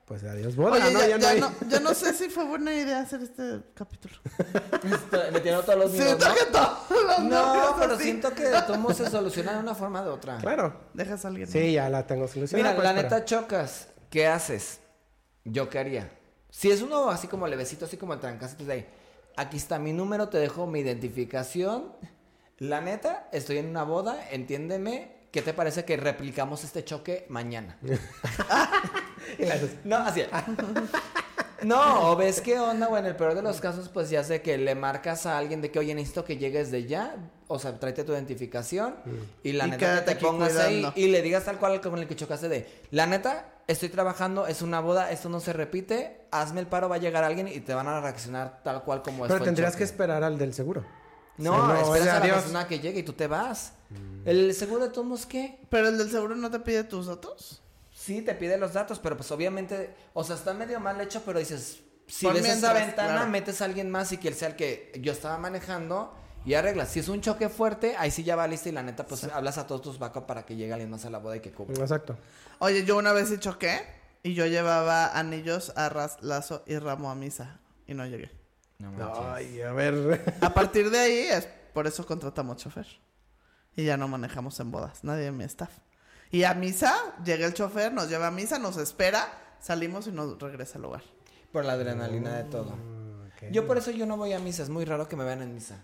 Speaker 1: Pues adiós, boda,
Speaker 2: Oye,
Speaker 1: ¿no?
Speaker 2: ya,
Speaker 1: Ya no
Speaker 2: ya
Speaker 1: hay-
Speaker 2: no, yo no sé si fue buena idea hacer este capítulo.
Speaker 3: Estoy Metiendo todos los miedos,
Speaker 2: Siento que
Speaker 3: ¿no?
Speaker 2: todos los
Speaker 3: No,
Speaker 2: novios
Speaker 3: pero
Speaker 2: así.
Speaker 3: siento que de todos modos se soluciona de una forma u de otra.
Speaker 1: Claro.
Speaker 2: Dejas a alguien.
Speaker 1: Sí, ya la tengo solucionada.
Speaker 3: Mira,
Speaker 1: pues,
Speaker 3: la
Speaker 1: pero-
Speaker 3: neta chocas. ¿Qué haces? Yo qué haría. Si es uno así como levecito, así como el trancazo, pues, de ahí. aquí está mi número, te dejo mi identificación. La neta, estoy en una boda, entiéndeme. ¿Qué te parece que replicamos este choque mañana?
Speaker 1: Y la haces.
Speaker 3: No, así es. No, o ves qué onda, o en el peor de los casos, pues ya sé que le marcas a alguien de que, oye, necesito que llegues de ya, o sea, tráete tu identificación
Speaker 1: Mm.
Speaker 3: y la
Speaker 2: Y
Speaker 3: neta
Speaker 2: quédate
Speaker 3: que te
Speaker 2: aquí
Speaker 3: pongas
Speaker 2: cuidando.
Speaker 3: ahí y le digas tal cual como el que chocaste de, la neta, estoy trabajando, es una boda, esto no se repite, hazme el paro, va a llegar alguien y te van a reaccionar tal cual como es.
Speaker 1: Pero tendrías que esperar al del seguro.
Speaker 3: No,
Speaker 1: O sea,
Speaker 3: esperas
Speaker 1: oye,
Speaker 3: a la
Speaker 1: adiós. Mm.
Speaker 3: persona que llegue y tú te vas. ¿El seguro de tomos qué?
Speaker 2: Pero el del seguro no te pide tus datos.
Speaker 3: Sí, te pide los datos, pero pues obviamente, o sea, está medio mal hecho, pero dices, si
Speaker 2: Por
Speaker 3: ves esa
Speaker 2: mientras,
Speaker 3: ventana,
Speaker 2: claro.
Speaker 3: metes a alguien más y que él sea el que yo estaba manejando y arreglas. Si es un choque fuerte, ahí sí ya va lista y la neta, pues hablas a todos tus vacas para que llegue alguien más a la boda y que cubra.
Speaker 1: Exacto.
Speaker 2: Oye, yo una vez sí choqué y yo llevaba anillos, arras, lazo y ramo a misa y no llegué.
Speaker 3: No,
Speaker 1: Ay, a ver.
Speaker 2: A partir de ahí es por eso contratamos chofer. Y ya no manejamos en bodas, nadie en mi staff. Y a misa llega el chofer, nos lleva a misa, nos espera, salimos y nos regresa al hogar.
Speaker 3: Por la adrenalina de todo. Yo por eso yo no voy a misa, es muy raro que me vean en misa.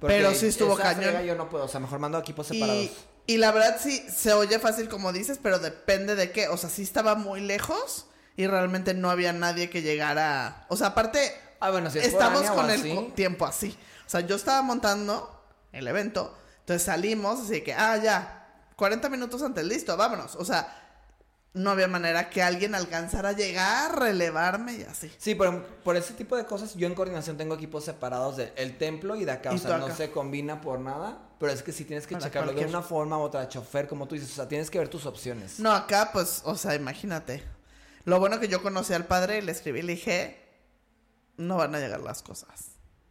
Speaker 2: Pero sí estuvo
Speaker 3: esa
Speaker 2: cañón.
Speaker 3: frega Yo no puedo, o sea, mejor mando equipos separados.
Speaker 2: Y, y la verdad sí se oye fácil como dices, pero depende de qué. O sea, sí estaba muy lejos y realmente no había nadie que llegara. O sea, aparte,
Speaker 3: Ah, bueno, si es
Speaker 2: estamos
Speaker 3: foránea o
Speaker 2: con el
Speaker 3: así.
Speaker 2: co- tiempo así. O sea, yo estaba montando el evento, entonces salimos, así que, ah, ya, 40 minutos antes, listo, vámonos. O sea, no había manera que alguien alcanzara a llegar, relevarme y así.
Speaker 3: Sí, por, em, por ese tipo de cosas, yo en coordinación tengo equipos separados del templo y de acá.
Speaker 2: Y
Speaker 3: o sea,
Speaker 2: tú
Speaker 3: no
Speaker 2: acá.
Speaker 3: se combina por nada. Pero es que sí tienes que
Speaker 2: Para
Speaker 3: checarlo
Speaker 2: cualquier-
Speaker 3: de una forma u otra, chofer, como tú dices. O sea, tienes que ver tus opciones.
Speaker 2: No, acá, pues, o sea, imagínate. Lo bueno que yo conocí al padre, le escribí, le dije, no van a llegar las cosas.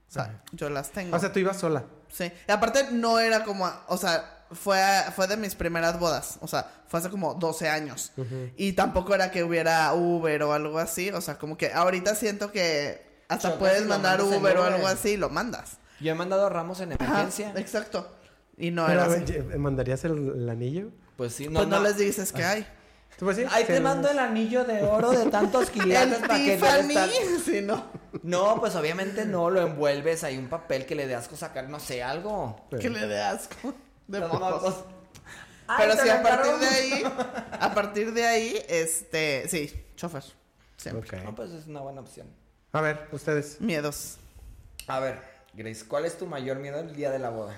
Speaker 2: O sea, yo las tengo.
Speaker 1: O sea, tú ibas sola.
Speaker 2: sí. Y aparte, no era como, a- o sea, fue, a- fue de mis primeras bodas. O sea, fue hace como 12 años. Y tampoco era que hubiera Uber o algo así. O sea, como que ahorita siento que hasta
Speaker 3: Chocas y
Speaker 2: puedes
Speaker 3: lo
Speaker 2: mandar
Speaker 3: mandas en
Speaker 2: Uber o
Speaker 3: Uber.
Speaker 2: algo así y lo mandas.
Speaker 3: Yo he mandado ramos en
Speaker 2: Ajá, Pues
Speaker 3: emergencia.
Speaker 2: exacto. Y no
Speaker 1: Pero,
Speaker 2: era
Speaker 1: a ver,
Speaker 2: así.
Speaker 1: ¿lle- ¿Mandarías el, el anillo?
Speaker 3: Pues sí, no,
Speaker 2: pues no,
Speaker 3: no.
Speaker 2: les dices que hay.
Speaker 1: ¿Tú pues sí?
Speaker 3: Ahí te
Speaker 1: Sí.
Speaker 3: mando el anillo de oro de tantos
Speaker 2: El
Speaker 3: quilates para que no le estás-
Speaker 2: Tiffany. Sí, no.
Speaker 3: No, pues obviamente no, lo envuelves, hay un papel que le dé asco sacar, no sé, algo. pues,
Speaker 1: Sí.
Speaker 2: Que le dé asco. De
Speaker 3: Los
Speaker 2: mocos.
Speaker 3: mocos. Ay,
Speaker 2: Pero
Speaker 3: te
Speaker 2: sí,
Speaker 3: lo
Speaker 2: a partir
Speaker 3: encargo.
Speaker 2: de ahí, a partir de ahí, este, sí, chofer. Siempre.
Speaker 1: Ok.
Speaker 3: No, pues es una buena opción.
Speaker 1: A ver, ustedes.
Speaker 2: Miedos.
Speaker 3: A ver, Grace, ¿cuál es tu mayor miedo el día de la boda?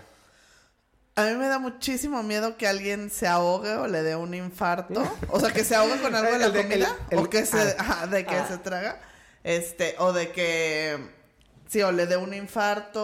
Speaker 2: A mí me da muchísimo miedo que alguien se ahogue o le dé un infarto. O sea, que se ahogue con algo de la
Speaker 1: El de- el-
Speaker 2: comida.
Speaker 1: el-
Speaker 2: o que se,
Speaker 1: ah.
Speaker 2: ajá, de que
Speaker 3: Ah.
Speaker 2: se traga. Este, o de que, sí, o le dé un infarto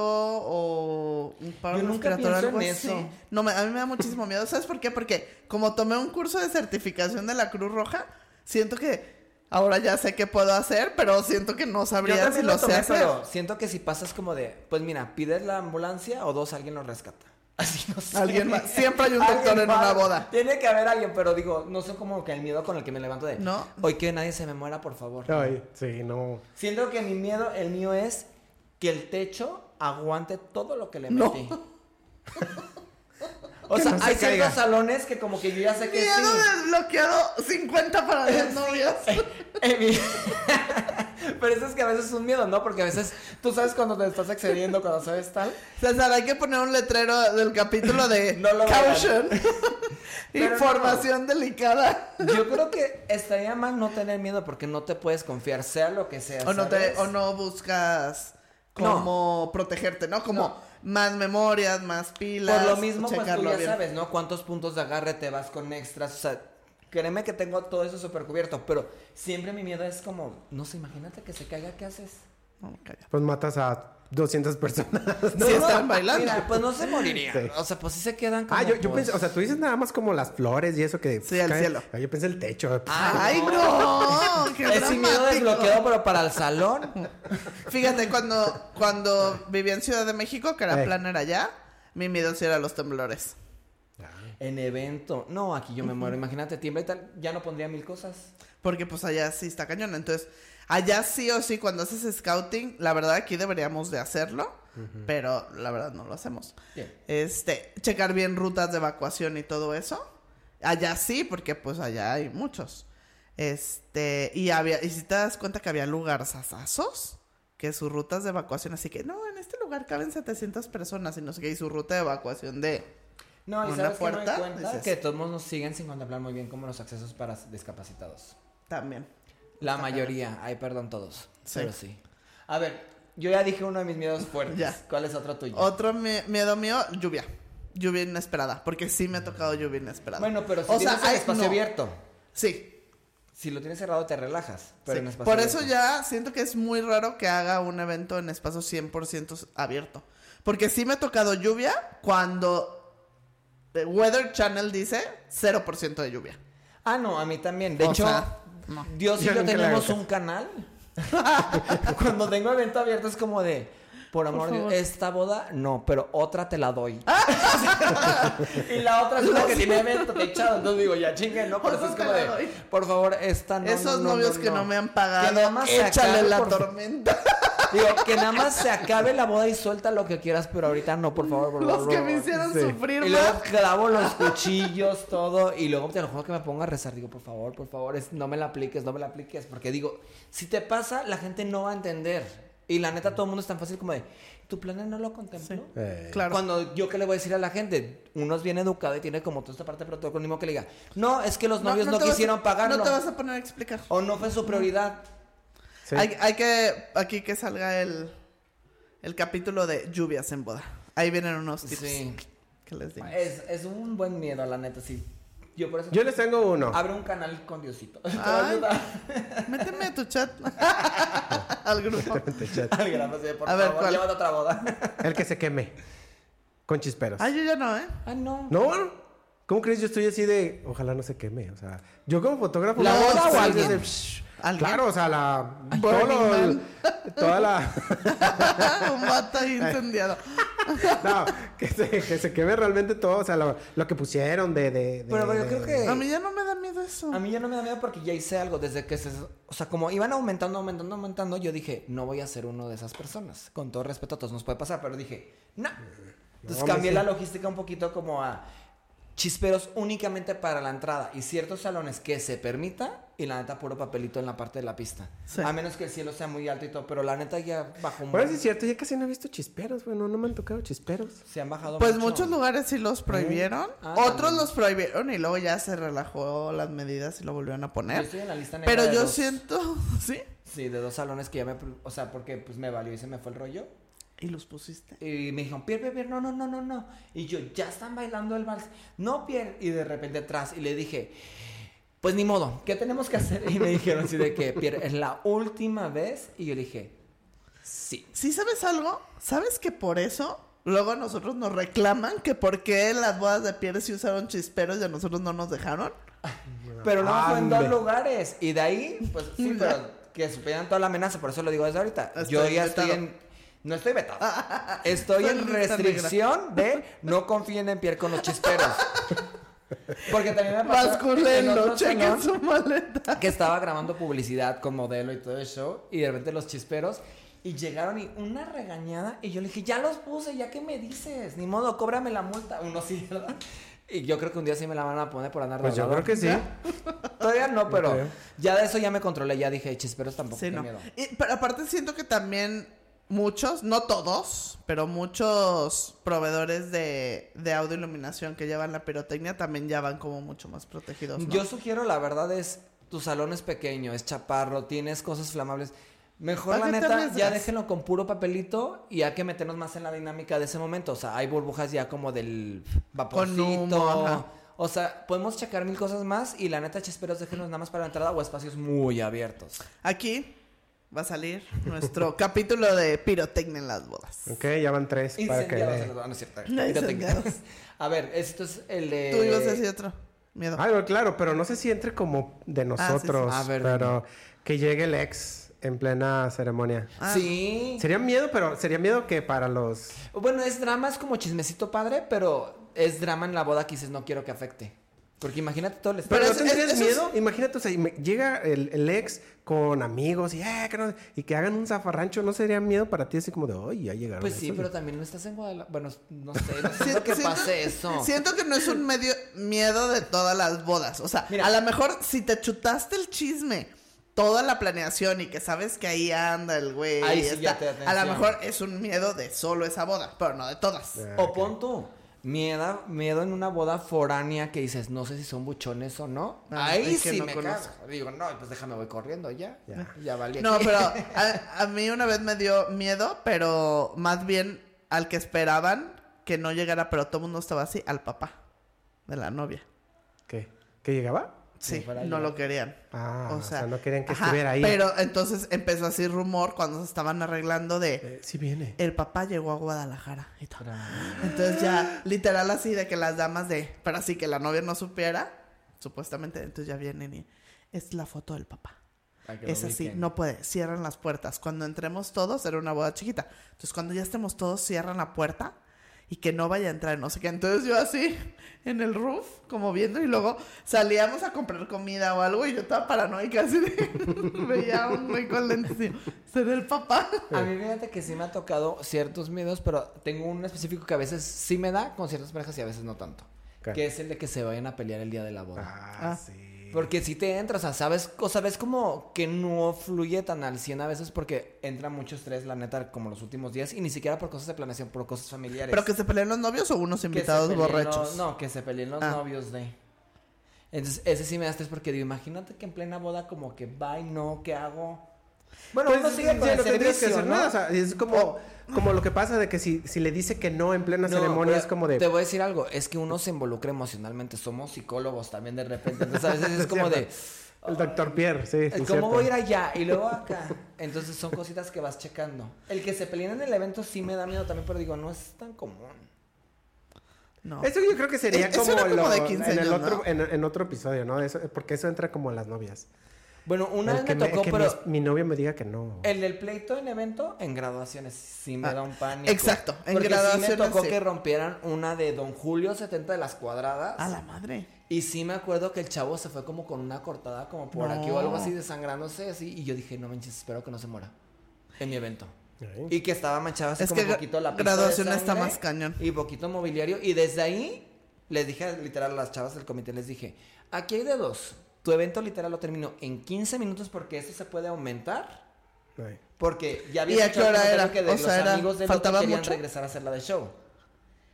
Speaker 2: o un paro
Speaker 3: Yo nunca
Speaker 2: respiratorio,
Speaker 3: pienso
Speaker 2: algo
Speaker 3: en
Speaker 2: así.
Speaker 3: eso.
Speaker 2: No, me- a mí me da muchísimo miedo. ¿Sabes por qué? Porque como tomé un curso de certificación de la Cruz Roja, siento que ahora ya sé qué puedo hacer, pero siento que no
Speaker 3: Yo
Speaker 2: sabría si
Speaker 3: también
Speaker 2: lo,
Speaker 3: lo tomé,
Speaker 2: sé hacer.
Speaker 3: pero siento que si pasas como de, pues mira, pides la ambulancia o dos, alguien lo rescata. Así no sé.
Speaker 2: Alguien más. Siempre hay un doctor en
Speaker 3: Alguien va.
Speaker 2: una boda.
Speaker 3: Tiene que haber alguien, pero digo, no sé como que el miedo con el que me levanto de,
Speaker 2: No.
Speaker 3: hoy que nadie se me muera, por favor.
Speaker 1: Ay, sí, no.
Speaker 3: Siento que mi miedo, el mío es que el techo aguante todo lo que le
Speaker 2: No.
Speaker 3: metí. o
Speaker 1: Que
Speaker 3: sea,
Speaker 1: no se
Speaker 3: hay
Speaker 1: caiga.
Speaker 3: ciertos salones que como que yo ya sé que
Speaker 2: Miedo
Speaker 3: sí.
Speaker 2: desbloqueado 50 para las novias.
Speaker 3: Eh, mi- Pero eso es que a veces es un miedo, ¿no? Porque a veces tú sabes cuando te estás excediendo, cuando sabes tal.
Speaker 2: César, hay que poner un letrero del capítulo de
Speaker 3: No lo
Speaker 2: Caution.
Speaker 3: Pero no.
Speaker 2: Información delicada.
Speaker 3: Yo creo que estaría mal no tener miedo porque no te puedes confiar, sea lo que sea.
Speaker 2: O no, te,
Speaker 3: ¿sabes?
Speaker 2: o no buscas cómo protegerte, ¿no? Como
Speaker 3: No.
Speaker 2: más memorias, más pilas.
Speaker 3: Por lo mismo, pues tú
Speaker 2: checarlo
Speaker 3: ya
Speaker 2: bien.
Speaker 3: sabes, ¿no? Cuántos puntos de agarre te vas con extras. O sea, créeme que tengo todo eso súper cubierto, pero siempre mi miedo es como, no sé, imagínate que se caiga, ¿qué haces?
Speaker 2: No, calla.
Speaker 1: Pues matas a 200 personas.
Speaker 2: Sí, están bailando.
Speaker 3: Mira, pues no se moriría.
Speaker 1: Sí.
Speaker 3: O sea, pues sí se quedan como.
Speaker 1: Ah, yo, yo
Speaker 3: pues,
Speaker 1: pensé, o sea, tú dices nada más como las flores y eso que.
Speaker 2: Sí, al
Speaker 1: caen.
Speaker 2: cielo.
Speaker 1: Ah, Yo pensé el techo.
Speaker 2: ¡Ay, no! ¡Qué
Speaker 3: Es sin miedo
Speaker 2: dramático!
Speaker 3: desbloqueado, pero para el salón.
Speaker 2: Fíjate, cuando, cuando viví en Ciudad de México, que era
Speaker 1: Ey.
Speaker 2: planner allá, mi miedo sí era los temblores.
Speaker 3: En evento. No, aquí yo me muero. Imagínate, tiembla y tal. Ya no pondría mil cosas.
Speaker 2: Porque pues allá sí está cañón. Entonces, allá sí o sí, cuando haces scouting, la verdad aquí deberíamos de hacerlo, pero la verdad no lo hacemos.
Speaker 3: Bien.
Speaker 2: Este, checar bien rutas de evacuación y todo eso. Allá sí, porque pues allá hay muchos. Este, y había, y si te das cuenta que había lugares asazos que sus rutas de evacuación, así que no, en este lugar caben 700 personas y no sé qué, y su ruta de evacuación de...
Speaker 3: No, y
Speaker 2: Una
Speaker 3: sabes que me
Speaker 2: puerta,
Speaker 3: doy cuenta
Speaker 2: dices.
Speaker 3: que todos nos siguen sin contemplar muy bien como los accesos para discapacitados.
Speaker 2: También.
Speaker 3: La mayoría, ay, perdón, todos.
Speaker 2: Sí.
Speaker 3: Pero sí. A ver, yo ya dije uno de mis miedos fuertes.
Speaker 2: Ya.
Speaker 3: ¿Cuál es otro tuyo?
Speaker 2: Otro mie- miedo mío, lluvia. Lluvia inesperada, porque sí me ha tocado lluvia inesperada.
Speaker 3: Bueno, pero si
Speaker 2: O sea,
Speaker 3: tienes el
Speaker 2: hay-
Speaker 3: espacio
Speaker 2: no.
Speaker 3: abierto.
Speaker 2: Sí,
Speaker 3: Si lo tienes cerrado te relajas, pero
Speaker 2: Sí,
Speaker 3: en espacio
Speaker 2: Por eso
Speaker 3: abierto.
Speaker 2: ya siento que es muy raro que haga un evento en espacio 100% abierto. Porque sí me ha tocado lluvia cuando el Weather Channel dice 0% de lluvia.
Speaker 3: Ah, no, a mí también. De
Speaker 2: O
Speaker 3: hecho,
Speaker 2: sea, no.
Speaker 3: Dios y
Speaker 1: Yo
Speaker 3: yo
Speaker 1: nunca le
Speaker 3: tenemos
Speaker 1: hago
Speaker 3: un canal. Cuando tengo evento abierto es como de, por amor de Dios, esta boda no, pero otra te la doy.
Speaker 2: Ah.
Speaker 3: y la otra es una que tiene evento techado, entonces digo, ya chingue, no, pero eso
Speaker 2: Otra
Speaker 3: es como
Speaker 2: te la
Speaker 3: de,
Speaker 2: doy.
Speaker 3: por favor, esta no.
Speaker 2: Esos
Speaker 3: no, no,
Speaker 2: novios que no me han pagado,
Speaker 3: Que nada más se
Speaker 2: échale
Speaker 3: acabe,
Speaker 2: la
Speaker 3: por favor.
Speaker 2: tormenta.
Speaker 3: Digo, que nada más se acabe la boda y suelta lo que quieras, pero ahorita no, por favor, por
Speaker 2: Los
Speaker 3: favor,
Speaker 2: que
Speaker 3: por
Speaker 2: me
Speaker 3: favor.
Speaker 2: hicieron
Speaker 1: Sí.
Speaker 2: sufrir
Speaker 3: Y
Speaker 2: más.
Speaker 3: luego clavo los cuchillos, todo. Y luego te lo juro que me pongo a rezar. Digo, por favor, por favor, es- no me la apliques, no me la apliques. Porque digo, si te pasa, la gente no va a entender. Y la neta, todo el mundo es tan fácil como de, tu plan no lo contempló.
Speaker 1: Eh,
Speaker 2: Claro.
Speaker 3: Cuando yo qué le voy a decir a la gente, uno es bien educado y tiene como toda esta parte de protocolo, ni modo que le diga, no, es que los novios no,
Speaker 2: te vas a-
Speaker 3: quisieron pagarlo.
Speaker 2: No te vas a poner a explicar.
Speaker 3: O no fue su prioridad.
Speaker 1: sí.
Speaker 2: Hay, hay que aquí que salga el, el capítulo de lluvias en boda. Ahí vienen unos tips
Speaker 3: Sí. Pues.
Speaker 2: que les digo.
Speaker 3: Es, es un buen miedo, la neta, sí. Yo por eso
Speaker 1: Yo les tengo uno.
Speaker 3: abro un canal con Diosito. Te va a
Speaker 2: Ay.
Speaker 3: ayudar.
Speaker 2: Méteme a tu chat. Al grupo.
Speaker 3: Al grano, sí, por
Speaker 2: A ver,
Speaker 3: favor,
Speaker 2: ¿cuál?
Speaker 3: llévate otra boda.
Speaker 1: El que se queme. Con chisperos.
Speaker 2: Ay, yo ya no, ¿eh?
Speaker 3: Ah, no.
Speaker 1: No, ¿cómo crees? Yo estoy así de. Ojalá no se queme. O sea, yo como fotógrafo.
Speaker 3: ¿La
Speaker 1: no,
Speaker 3: boda
Speaker 1: sí,
Speaker 3: o alguien?
Speaker 1: desde- psh,
Speaker 2: ¿Alguien?
Speaker 1: Claro, o sea, la. todo
Speaker 2: Burning
Speaker 1: lo-
Speaker 2: Man.
Speaker 1: toda la.
Speaker 2: Un vato ahí incendiado.
Speaker 1: No, que se, que se queme realmente todo. O sea, lo, lo que pusieron de. de, de-
Speaker 3: Pero, pero yo
Speaker 1: de-
Speaker 3: creo que-
Speaker 2: A mí ya no me da miedo eso.
Speaker 3: A mí ya no me da miedo porque ya hice algo desde que se... O sea, como iban aumentando, aumentando, aumentando, yo dije, no voy a ser uno de esas personas. Con todo respeto a todos nos puede pasar, pero dije, no.
Speaker 1: No,
Speaker 3: Entonces cambié
Speaker 1: hombre,
Speaker 3: la
Speaker 1: sí.
Speaker 3: logística un poquito como a chisperos únicamente para la entrada y ciertos salones que se permita y la neta puro papelito en la parte de la pista.
Speaker 2: Sí.
Speaker 3: A menos que el cielo sea muy alto y todo, pero la neta ya bajo un...
Speaker 1: Bueno, sí es cierto, ya casi no he visto chisperos, bueno, no me han tocado chisperos.
Speaker 3: Se han bajado
Speaker 2: Pues
Speaker 3: mucho.
Speaker 2: muchos lugares sí los prohibieron.
Speaker 3: Ah,
Speaker 2: Otros
Speaker 3: también.
Speaker 2: los prohibieron y luego ya se relajó las medidas y lo volvieron a
Speaker 3: Yo
Speaker 2: poner.
Speaker 3: estoy en la lista negra
Speaker 2: Pero
Speaker 3: de
Speaker 2: yo
Speaker 3: dos-
Speaker 2: siento. ¿Sí?
Speaker 3: Sí, de dos salones que ya me... O sea, porque pues me valió y se me fue el rollo.
Speaker 2: ¿Y los pusiste?
Speaker 3: Y me dijeron, Pierre, Pierre, Pierre, no, no, no, no, no. Y yo, ya están bailando el vals. No, Pierre. Y de repente atrás, y le dije, pues ni modo, ¿qué tenemos que hacer? Y me dijeron así de que, Pierre, es la última vez. Y yo le dije, sí.
Speaker 2: ¿Sí sabes algo? ¿Sabes que por eso luego a nosotros nos reclaman que por qué en las bodas de Pierre sí usaron chisperos y a nosotros no nos dejaron?
Speaker 3: Pero no fue en dos
Speaker 1: Ande.
Speaker 3: lugares. Y de ahí, pues
Speaker 2: Ya.
Speaker 3: sí, pero que supieran toda la amenaza. Por eso lo digo desde ahorita.
Speaker 2: Ah, Estoy
Speaker 3: yo ya estoy
Speaker 2: vetado.
Speaker 3: en... No estoy vetado. Estoy
Speaker 2: Soy
Speaker 3: en
Speaker 2: lista negra.
Speaker 3: restricción de no confíen en Pierre con los chisperos. Porque también me pasó en
Speaker 2: Basculenlo,
Speaker 3: otro salón.
Speaker 2: chequen su maleta.
Speaker 3: que estaba grabando publicidad con modelo y todo el show y de repente los chisperos y llegaron y una regañada y yo le dije, ya los puse, ya que me dices, ni modo, cóbrame la multa. Uno sí, ¿verdad? Y yo creo que un día sí me la van a poner por andar de
Speaker 1: Pues yo creo
Speaker 3: hablador.
Speaker 1: que sí.
Speaker 3: Todavía no, pero
Speaker 1: creo.
Speaker 3: ya de eso ya me controlé, ya dije, chisperos tampoco
Speaker 2: Sí,
Speaker 3: qué
Speaker 2: no.
Speaker 3: miedo.
Speaker 2: Y- pero aparte siento que también muchos, no todos, pero muchos proveedores de, de audio iluminación que llevan la pirotecnia también ya van como mucho más protegidos. ¿no?
Speaker 3: Yo sugiero, la verdad, es tu salón es pequeño, es chaparro, tienes cosas flamables. Mejor,
Speaker 2: ¿Para
Speaker 3: la
Speaker 2: qué te
Speaker 3: neta,
Speaker 2: arriesgas?
Speaker 3: ya déjenlo con puro papelito y hay que meternos más en la dinámica de ese momento. O sea, hay burbujas ya como del vaporcito.
Speaker 2: humo, ajá.
Speaker 3: o sea, podemos checar mil cosas más y la neta, chisperos, déjenlos nada más para la entrada o espacios muy abiertos.
Speaker 2: Aquí va a salir nuestro capítulo de pirotecnia en las bodas.
Speaker 1: Ok, ya van tres. Para que
Speaker 3: Incendiados.
Speaker 1: le-
Speaker 3: no, ah, no es cierto.
Speaker 2: No, incendiados.
Speaker 3: A ver, esto es el de...
Speaker 2: Tú ibas a decir otro. Miedo.
Speaker 1: Ay, bueno, claro, pero no sé si entre como de nosotros,
Speaker 3: Ah, sí, sí. A ver,
Speaker 1: pero que llegue el ex en plena ceremonia.
Speaker 2: Ah.
Speaker 3: Sí.
Speaker 1: Sería miedo, pero sería miedo que para los...
Speaker 3: Bueno, es drama, es como chismecito padre, pero es drama en la boda que dices no quiero que afecte. Porque imagínate todo el
Speaker 1: Pero,
Speaker 3: estrés. Pues,
Speaker 1: ¿no
Speaker 2: es-
Speaker 1: tendrías
Speaker 2: es- eso
Speaker 1: miedo? Imagínate, o sea, y me- llega el, el ex con amigos y, eh, que no- y que hagan un zafarrancho. ¿No sería miedo para ti así como de, ay, ya llegaron?
Speaker 3: Pues
Speaker 2: ¿eh?
Speaker 3: sí,
Speaker 1: estos"?
Speaker 3: pero también no estás en Guadalajara. Bueno, no sé, no
Speaker 2: Siento-
Speaker 3: siento que
Speaker 2: siento-
Speaker 3: pase eso.
Speaker 2: Siento que no es un medio miedo de todas las bodas. O sea,
Speaker 3: Mira.
Speaker 2: a lo mejor si te chutaste el chisme toda la planeación y que sabes que ahí anda el güey.
Speaker 3: Ahí sí
Speaker 2: está-
Speaker 3: ya te da
Speaker 2: a
Speaker 3: atención.
Speaker 2: lo mejor es un miedo de solo esa boda, pero no de todas.
Speaker 1: Ah,
Speaker 3: O
Speaker 1: ok.
Speaker 3: pon tú, miedo, miedo en una boda foránea que dices, no sé si son buchones o no.
Speaker 2: Ah,
Speaker 3: Ahí
Speaker 2: es que
Speaker 3: sí
Speaker 2: no
Speaker 3: me
Speaker 2: conozco.
Speaker 3: cago. Digo, no, pues déjame, voy corriendo ya.
Speaker 1: Ya.
Speaker 3: Ya, valí.
Speaker 2: No, pero a, a mí una vez me dio miedo, pero más bien al que esperaban que no llegara, pero todo el mundo estaba así, al papá de la novia.
Speaker 1: ¿Qué? ¿Qué llegaba?
Speaker 2: Sí,
Speaker 3: fuera
Speaker 2: no
Speaker 3: yo.
Speaker 2: lo querían.
Speaker 1: Ah, o sea, no querían que estuviera ahí.
Speaker 2: Pero entonces empezó así rumor cuando se estaban arreglando de
Speaker 1: Eh, sí viene.
Speaker 2: el papá llegó a Guadalajara y todo. Entonces ya literal así de que las damas de, pero así que la novia no supiera, supuestamente, entonces ya vienen y es la foto del papá.
Speaker 3: Para que lo
Speaker 2: Es así,
Speaker 3: ubiquen.
Speaker 2: no puede, cierran las puertas. Cuando entremos todos, era una boda chiquita. Entonces, cuando ya estemos todos, cierran la puerta y que no vaya a entrar, no sé qué. Entonces, yo así, en el roof, como viendo, y luego salíamos a comprar comida o algo, y yo estaba paranoica, así de. veía a un güey con lentes y yo, será el papá.
Speaker 3: A mí fíjate que sí me ha tocado ciertos miedos, pero tengo un específico que a veces sí me da con ciertas parejas y a veces no tanto.
Speaker 1: ¿Qué?
Speaker 3: Que es el de que se vayan a pelear el día de la boda.
Speaker 1: Ah,
Speaker 2: Ah.
Speaker 1: sí.
Speaker 3: Porque si te entras, o sea, sabes, o sabes como que no fluye tan al 100 a veces porque entra mucho estrés, la neta, como los últimos días y ni siquiera por cosas de planeación, por cosas familiares.
Speaker 2: Pero que se peleen los novios o unos
Speaker 3: Que se
Speaker 2: invitados
Speaker 3: peleen
Speaker 2: borrachos.
Speaker 3: los- no, que se peleen los
Speaker 2: Ah.
Speaker 3: novios de. Entonces, ese sí me da estrés porque digo, imagínate que en plena boda como que, bye, no, ¿qué hago? Bueno,
Speaker 1: Pues,
Speaker 3: uno
Speaker 1: sí,
Speaker 3: sigue
Speaker 1: sí,
Speaker 3: con el
Speaker 1: no tendrías que
Speaker 3: servicio,
Speaker 1: hacer
Speaker 3: ¿no? Oh.
Speaker 1: nada. O sea, es como, como lo que pasa de que si, si le dice que no en plena
Speaker 3: No,
Speaker 1: ceremonia
Speaker 3: pero
Speaker 1: es como de.
Speaker 3: Te voy a decir algo, es que uno se involucra emocionalmente, somos psicólogos también de repente, entonces a veces es como de...
Speaker 1: El doctor Pierre, sí. sí,
Speaker 3: ¿Cómo
Speaker 1: cierto.
Speaker 3: voy a ir allá? Y luego acá. Entonces son cositas que vas checando. El que se peleen en el evento sí me da miedo también, pero digo, no es tan común.
Speaker 2: No.
Speaker 1: Eso yo creo que sería
Speaker 2: Es- eso
Speaker 1: como,
Speaker 2: era como
Speaker 1: lo-
Speaker 2: de 15
Speaker 1: en, el
Speaker 2: años,
Speaker 1: otro,
Speaker 2: ¿no?
Speaker 1: en, en otro episodio, ¿no? Eso- porque eso entra como a las novias.
Speaker 3: Bueno, una
Speaker 1: El
Speaker 3: vez
Speaker 1: que
Speaker 3: me
Speaker 1: me-
Speaker 3: tocó,
Speaker 1: que
Speaker 3: pero
Speaker 1: mis- mi, novio me diga que no.
Speaker 3: el del pleito en evento, en graduaciones, sí me
Speaker 2: Ah,
Speaker 3: da un pánico.
Speaker 2: exacto, en
Speaker 3: Porque sí
Speaker 2: graduaciones,
Speaker 3: me tocó
Speaker 2: sí.
Speaker 3: que rompieran una de Don Julio 70 de las cuadradas.
Speaker 2: A la madre.
Speaker 3: Y sí me acuerdo que el chavo se fue como con una cortada como por aquí o algo así, desangrándose así. Y yo dije, no manches, espero que no se muera en mi evento.
Speaker 1: Ay.
Speaker 3: Y que estaba manchada así
Speaker 2: Es
Speaker 3: como
Speaker 2: que gra-
Speaker 3: poquito la pista de
Speaker 2: graduación está
Speaker 3: sangre
Speaker 2: más cañón.
Speaker 3: Y poquito mobiliario. Y desde ahí les dije literal a las chavas del comité, les dije, aquí hay de dos. Tu evento literal lo termino en 15 minutos porque esto se puede aumentar.
Speaker 1: Ay.
Speaker 3: Porque ya había
Speaker 2: ¿Y a
Speaker 3: escuchado
Speaker 2: qué hora
Speaker 3: el comentario
Speaker 2: era?
Speaker 3: que de
Speaker 2: O
Speaker 3: los
Speaker 2: sea, era-
Speaker 3: amigos de él
Speaker 2: ¿faltaba
Speaker 3: que querían
Speaker 2: mucho?
Speaker 3: regresar a hacer la de show.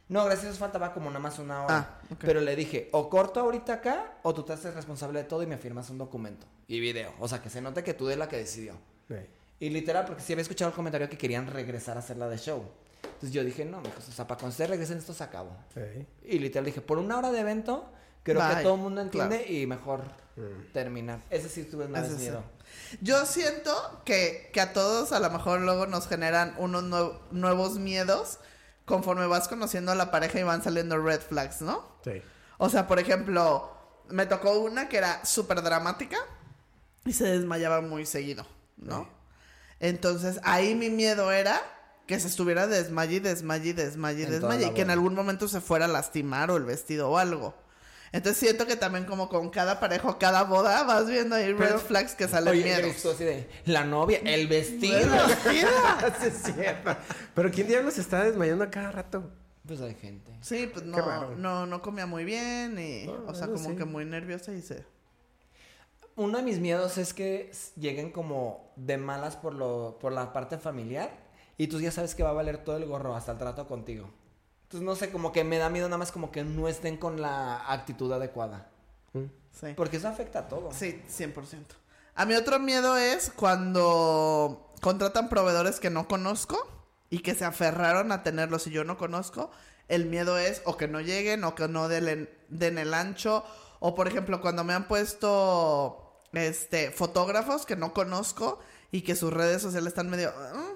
Speaker 3: No, gracias a Dios faltaba como nada más una hora.
Speaker 2: Ah, ok.
Speaker 3: Pero le dije, o corto ahorita acá, o tú te haces responsable de todo y me firmas un documento y video. O sea, que se note que tú eres la que decidió.
Speaker 1: Ay.
Speaker 3: Y literal, porque sí había escuchado el comentario que querían regresar a hacer la de show. Entonces yo dije, no, mijos, o sea, para cuando ustedes regresen esto se acabó.
Speaker 1: Ay.
Speaker 3: Y literal dije, por una hora de evento, creo
Speaker 2: Bye.
Speaker 3: que todo el mundo entiende y mejor terminar. Ese sí tuve más
Speaker 2: Ese sí.
Speaker 3: miedo.
Speaker 2: Yo siento que, que a todos a lo mejor luego nos generan unos nue- nuevos miedos conforme vas conociendo a la pareja y van saliendo red flags, ¿no?
Speaker 1: Sí.
Speaker 2: O sea, por ejemplo, me tocó una que era súper dramática y se desmayaba muy seguido, ¿no?
Speaker 1: Sí.
Speaker 2: Entonces ahí mi miedo era que se estuviera desmaye y desmaye y desmaye y
Speaker 3: En toda
Speaker 2: desmaye
Speaker 3: la
Speaker 2: y que en
Speaker 3: boda.
Speaker 2: algún momento se fuera a lastimar o el vestido o algo. Entonces siento que también como con cada pareja o cada boda vas viendo ahí
Speaker 1: Pero-
Speaker 2: red flags que salen
Speaker 3: Oye,
Speaker 2: miedos.
Speaker 3: Cristo, así de, la novia, el vestido.
Speaker 1: Ah, Sí, es cierto. Pero ¿quién diablos se está desmayando a cada rato?
Speaker 3: Pues hay gente.
Speaker 2: Sí, pues
Speaker 1: raro.
Speaker 2: no, no, no comía muy bien y,
Speaker 1: Ah,
Speaker 2: o sea,
Speaker 1: bueno,
Speaker 2: como
Speaker 1: sí.
Speaker 2: que muy nerviosa y se...
Speaker 3: Uno de mis miedos es que s- lleguen como de malas por, lo, por la parte familiar y tú ya sabes que va a valer todo el gorro hasta el trato contigo. Entonces, no sé, como que me da miedo nada más como que no estén con la actitud adecuada.
Speaker 2: Sí.
Speaker 3: Porque eso afecta a todo.
Speaker 2: Sí, 100%. A mi otro miedo es cuando contratan proveedores que no conozco y que se aferraron a tenerlos y yo no conozco. El miedo es o que no lleguen o que no den, el- den el ancho. O por ejemplo, cuando me han puesto este fotógrafos que no conozco y que sus redes sociales están medio... "Ah",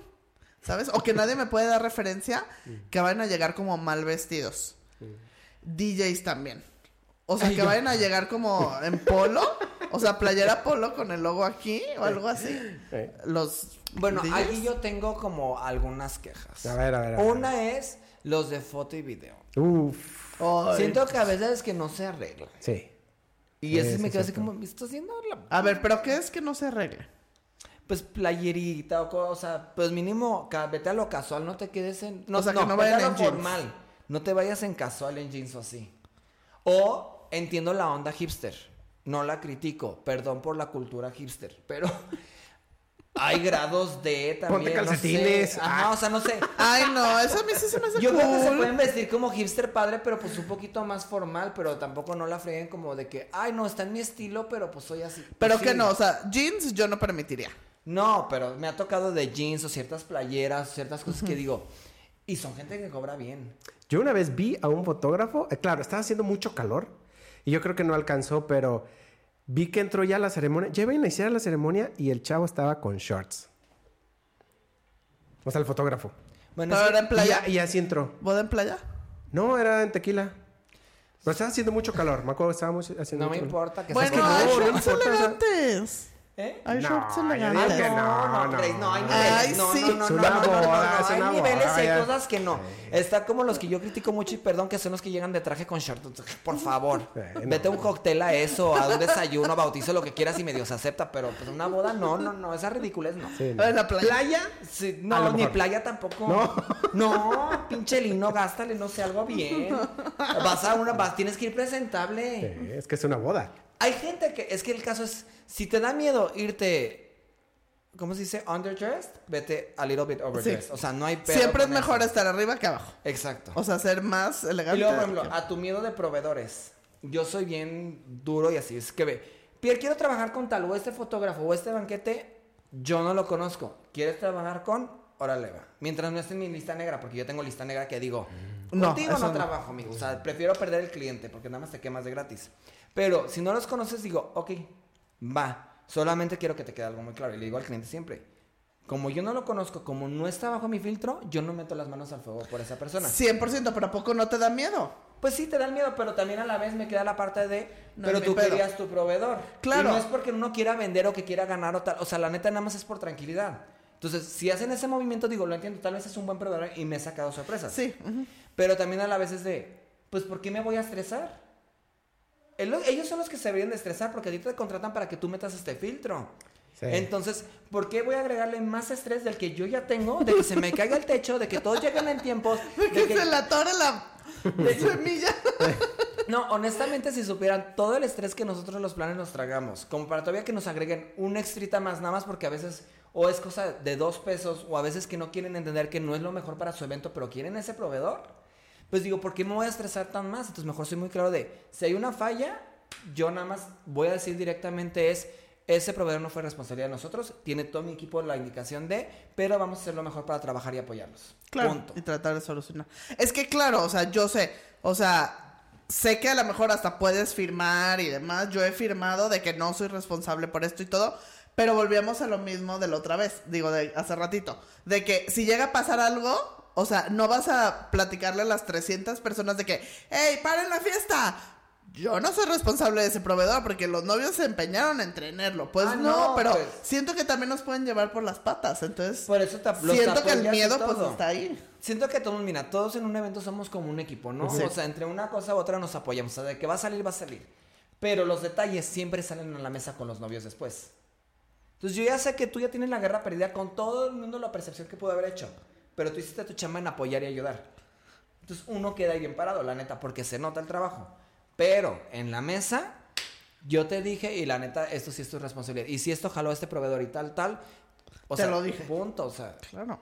Speaker 2: ¿Sabes? O que nadie me puede dar referencia, que van a llegar como mal vestidos. DJs también. O sea,
Speaker 3: Ay,
Speaker 2: que
Speaker 3: yo-
Speaker 2: vayan a llegar como en polo. O sea, playera polo con el logo aquí o algo así.
Speaker 1: Eh.
Speaker 2: Los.
Speaker 3: Bueno,
Speaker 2: DJs.
Speaker 3: aquí yo tengo como algunas quejas.
Speaker 1: A ver, a ver. a ver.
Speaker 3: Una es los de foto y video.
Speaker 1: Uf.
Speaker 2: Ay.
Speaker 3: Siento que a veces es que no se arreglan.
Speaker 1: Sí.
Speaker 3: Y eso
Speaker 1: Sí,
Speaker 3: me
Speaker 1: sí,
Speaker 3: quedo así
Speaker 1: cierto.
Speaker 3: como, ¿me estás haciendo la
Speaker 2: A ver, pero ¿qué es que no se arregle?
Speaker 3: pues playerita o cosa, pues mínimo, ca- vete a lo casual, no te quedes en, no,
Speaker 2: O sea, que
Speaker 3: no,
Speaker 2: no
Speaker 3: vete
Speaker 2: vayan
Speaker 3: a lo
Speaker 2: en jeans.
Speaker 3: formal, no te vayas en casual en jeans o así. O entiendo la onda hipster, No la critico, perdón por la cultura hipster, pero hay grados de también.
Speaker 1: Ponte
Speaker 3: no sé.
Speaker 1: calcetines.
Speaker 3: Ajá,
Speaker 1: Ah.
Speaker 3: o sea, no sé.
Speaker 2: Ay, no, eso a mí sí se me hace
Speaker 3: Yo creo que se
Speaker 2: cool.
Speaker 3: pueden vestir como hipster padre, pero pues un poquito más formal, pero tampoco no la freguen como de que, ay, no, está en mi estilo, pero pues soy así.
Speaker 2: Pero
Speaker 3: Pues,
Speaker 2: que
Speaker 3: sí.
Speaker 2: no, o sea, jeans yo no permitiría.
Speaker 3: No, pero me ha tocado de jeans o ciertas playeras, ciertas cosas que digo. Y son gente que cobra bien.
Speaker 1: Yo una vez vi a un fotógrafo, eh, claro, estaba haciendo mucho calor y yo creo que no alcanzó, pero vi que entró ya a la ceremonia, ya iba a iniciar la ceremonia y el chavo estaba con shorts. O sea, el fotógrafo.
Speaker 3: Bueno,
Speaker 2: Pero
Speaker 3: es que-
Speaker 2: era en playa.
Speaker 1: Y, y así entró.
Speaker 2: ¿Boda en playa?
Speaker 1: No, era en tequila. Pero estaba haciendo mucho calor, me acuerdo, estábamos haciendo
Speaker 3: no me
Speaker 1: mucho calor.
Speaker 3: importa que
Speaker 2: Bueno, ah,
Speaker 1: que no,
Speaker 2: hay
Speaker 1: no
Speaker 2: shorts
Speaker 1: importa, o sea.
Speaker 2: elegantes.
Speaker 3: ¿Eh?
Speaker 2: Hay
Speaker 1: No,
Speaker 2: shorts
Speaker 1: yo digo
Speaker 2: elegantes.
Speaker 1: que
Speaker 3: Ah, no, no,
Speaker 1: no,
Speaker 3: Grace, no, hay
Speaker 1: no.
Speaker 3: niveles.
Speaker 2: Ah, Ay,
Speaker 3: no,
Speaker 2: sí.
Speaker 3: no, no,
Speaker 1: Es
Speaker 3: no,
Speaker 1: una
Speaker 3: no, no, no,
Speaker 1: boda,
Speaker 3: no,
Speaker 1: es
Speaker 3: hay
Speaker 1: una
Speaker 3: niveles y
Speaker 1: boda.
Speaker 3: hay cosas que no. Está como los que yo critico mucho y perdón que son los que llegan de traje con short. Por favor,
Speaker 1: Bueno.
Speaker 3: vete a un cóctel a eso, a un desayuno, bautizo, lo que quieras y medio se acepta, pero pues una boda no, no, no, esa ridiculez no.
Speaker 1: Sí, no.
Speaker 2: En la playa.
Speaker 3: Pues, Sí,
Speaker 1: A
Speaker 3: no,
Speaker 1: lo
Speaker 3: ni
Speaker 1: mejor.
Speaker 3: playa tampoco.
Speaker 1: No.
Speaker 3: No, pinche lino, gástale, no sé, algo bien. Vas a una, vas, tienes que ir presentable.
Speaker 1: Sí, es que es una boda.
Speaker 3: Hay gente que, es que el caso es, si te da miedo irte, ¿cómo se dice? Underdressed, vete a little bit overdressed.
Speaker 2: Sí.
Speaker 3: O sea, no hay pedo
Speaker 2: Siempre es
Speaker 3: con eso.
Speaker 2: mejor estar arriba que abajo.
Speaker 3: Exacto.
Speaker 2: O sea, ser más
Speaker 3: y
Speaker 2: elegante.
Speaker 3: luego, por ejemplo, a tu miedo de proveedores. Yo soy bien duro y así es que ve. Pierre, quiero trabajar con tal o este fotógrafo o este banquete. Yo no lo conozco. ¿Quieres trabajar con? Órale, va. Mientras no esté en mi lista negra, porque yo tengo lista negra que digo,
Speaker 2: Mm. No,
Speaker 3: contigo no,
Speaker 2: eso no.
Speaker 3: trabajo, amigo. O sea, prefiero perder el cliente porque nada más te quemas de gratis. Pero si no los conoces, digo, ok, va. Solamente quiero que te quede algo muy claro. Y le digo al cliente siempre, como yo no lo conozco, como no está bajo mi filtro, yo no meto las manos al fuego por esa persona.
Speaker 2: 100%, pero ¿a poco no te da miedo?
Speaker 3: Pues sí, te da el miedo, pero también a la vez me queda la parte de.
Speaker 2: No
Speaker 3: pero
Speaker 2: es mi
Speaker 3: tú
Speaker 2: pedo.
Speaker 3: querías tu proveedor.
Speaker 2: Claro.
Speaker 3: Y no es porque uno quiera vender o que quiera ganar o tal. O sea, la neta nada más es por tranquilidad. Entonces, si hacen ese movimiento, digo, lo entiendo, tal vez es un buen proveedor y me he sacado sorpresas.
Speaker 2: Sí. ujú.
Speaker 3: Pero también a la vez es de, pues, ¿por qué me voy a estresar? El- ellos son los que se deberían de estresar porque a ti te contratan para que tú metas este filtro.
Speaker 1: Sí.
Speaker 3: Entonces, ¿por qué voy a agregarle más estrés del que yo ya tengo? De que se me caiga el techo, de que todos lleguen en tiempos. de
Speaker 2: Porque
Speaker 3: que-
Speaker 2: se la atora la semilla.
Speaker 3: no, honestamente, si supieran todo el estrés que nosotros los planes nos tragamos, como para todavía que nos agreguen una extrita más, nada más porque a veces o es cosa de dos pesos o a veces que no quieren entender que no es lo mejor para su evento, pero quieren ese proveedor, pues digo, ¿por qué me voy a estresar tan más? Entonces mejor soy muy claro de, si hay una falla, yo nada más voy a decir directamente es, ese proveedor no fue responsabilidad de nosotros, tiene todo mi equipo la indicación de, pero vamos a hacer lo mejor para trabajar y apoyarlos. Punto.
Speaker 2: Y tratar de solucionar. Es que claro, o sea, yo sé, o sea, sé que a lo mejor hasta puedes firmar y demás. Yo he firmado de que no soy responsable por esto y todo. Pero volvíamos a lo mismo de la otra vez, digo, de hace ratito. De que si llega a pasar algo, o sea, no vas a platicarle a las 300 personas de que, hey, paren la fiesta. Yo no soy responsable de ese proveedor porque los novios se empeñaron en tenerlo. Pues
Speaker 3: Ah,
Speaker 2: no,
Speaker 3: no,
Speaker 2: pero
Speaker 3: pues.
Speaker 2: siento que también nos pueden llevar por las patas. Entonces,
Speaker 3: Por eso tap- los
Speaker 2: siento que el
Speaker 3: tapoyas y
Speaker 2: miedo pues
Speaker 3: todo.
Speaker 2: está ahí.
Speaker 3: Siento que todos, mira, todos en un evento somos como un equipo, ¿no?
Speaker 2: Sí.
Speaker 3: O sea, entre una cosa u otra nos apoyamos. O sea, de que va a salir, va a salir. Pero los detalles siempre salen a la mesa con los novios después. Entonces yo ya sé que tú ya tienes la guerra perdida con todo el mundo la percepción que pudo haber hecho. Pero tú hiciste tu chamba en apoyar y ayudar. Entonces uno queda ahí bien parado, la neta, porque se nota el trabajo. Pero en la mesa, yo te dije, y la neta, esto sí es tu responsabilidad. Y si esto jaló a este proveedor y tal, tal. O
Speaker 2: Te
Speaker 3: sea,
Speaker 2: lo dije.
Speaker 3: Punto, o sea.
Speaker 2: Claro.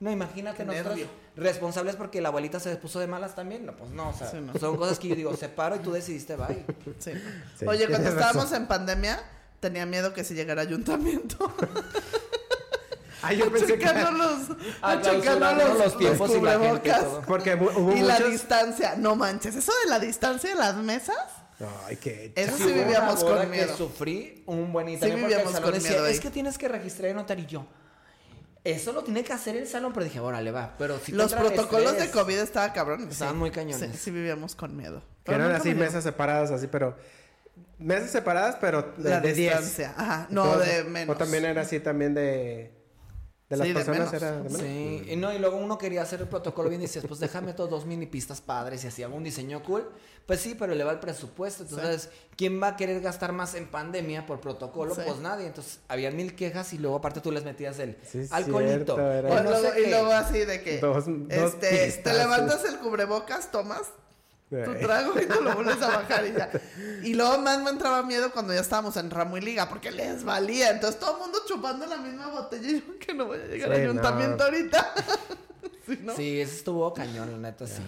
Speaker 3: No, imagínate
Speaker 2: Qué
Speaker 3: nosotros
Speaker 2: nervio.
Speaker 3: responsables porque la abuelita se puso de malas también. No, pues no, o sea,
Speaker 2: Sí, no.
Speaker 3: son cosas que yo digo, separo y tú decidiste, bye.
Speaker 2: Sí.
Speaker 1: Sí,
Speaker 2: Oye,
Speaker 1: tienes
Speaker 2: cuando estábamos
Speaker 1: razón.
Speaker 2: en pandemia, tenía miedo que se llegara ayuntamiento.
Speaker 1: Ah, yo pensé que...
Speaker 2: achicando los,
Speaker 3: A
Speaker 2: achicando
Speaker 3: clausurar
Speaker 2: los,
Speaker 3: los tiempos
Speaker 2: los
Speaker 3: y la gente y
Speaker 2: cubrebocas.
Speaker 3: todo.
Speaker 1: Porque mu- hubo
Speaker 2: Y la
Speaker 1: muchos...
Speaker 2: distancia, no manches, eso de la distancia de las mesas,
Speaker 1: Ay, qué...
Speaker 2: Eso
Speaker 1: chafa.
Speaker 2: sí
Speaker 3: Hubo una
Speaker 2: vivíamos
Speaker 3: boda
Speaker 2: con
Speaker 3: que
Speaker 2: miedo.
Speaker 3: sufrí un buen
Speaker 2: Sí
Speaker 3: también porque el
Speaker 2: vivíamos
Speaker 3: salón
Speaker 2: con
Speaker 3: decía,
Speaker 2: miedo ahí.
Speaker 3: es que tienes que registrar y anotar y yo. Eso lo tiene que hacer el salón, pero dije, órale, va. Pero si te
Speaker 2: los
Speaker 3: entra el
Speaker 2: protocolos de
Speaker 3: estrés,
Speaker 2: COVID estaban cabrones.
Speaker 3: Estaban muy cañones.
Speaker 2: Sí, sí vivíamos con miedo.
Speaker 1: Que
Speaker 2: Pero
Speaker 1: eran
Speaker 2: nunca
Speaker 1: así
Speaker 2: me llegó.
Speaker 1: mesas separadas, así, pero... Mesas separadas, pero de,
Speaker 2: La
Speaker 1: de 10.
Speaker 2: distancia, ajá, no
Speaker 1: Entonces,
Speaker 2: de menos.
Speaker 1: O también era así, también de... De las
Speaker 2: Sí, de
Speaker 1: personas
Speaker 2: menos.
Speaker 1: era de menos.
Speaker 3: Sí, y no, y luego uno quería hacer el protocolo bien y dices, pues déjame todos dos mini pistas padres y así hago un diseño cool. Pues sí, pero le va el presupuesto. Entonces, ¿quién va a querer gastar más en pandemia por protocolo?
Speaker 2: Sí.
Speaker 3: Pues nadie. Entonces, había mil quejas y luego aparte tú les metías el
Speaker 1: Sí, es
Speaker 3: alcoholito.
Speaker 1: cierto, era-
Speaker 2: O
Speaker 3: o no
Speaker 2: luego-
Speaker 3: sé
Speaker 2: y
Speaker 3: qué.
Speaker 2: luego así de que
Speaker 1: Dos- dos
Speaker 2: este, te
Speaker 1: pistas,
Speaker 2: levantas el cubrebocas, tomas tu trago y te lo vuelves a bajar y ya. Y luego más me entraba miedo cuando ya estábamos en ramo y liga, porque les valía. Entonces todo el mundo chupando la misma botella y yo que no voy a llegar
Speaker 1: Sí,
Speaker 2: al ayuntamiento
Speaker 1: no.
Speaker 2: ahorita. sí, ¿no?
Speaker 3: Sí, eso estuvo cañón, la neta, sí.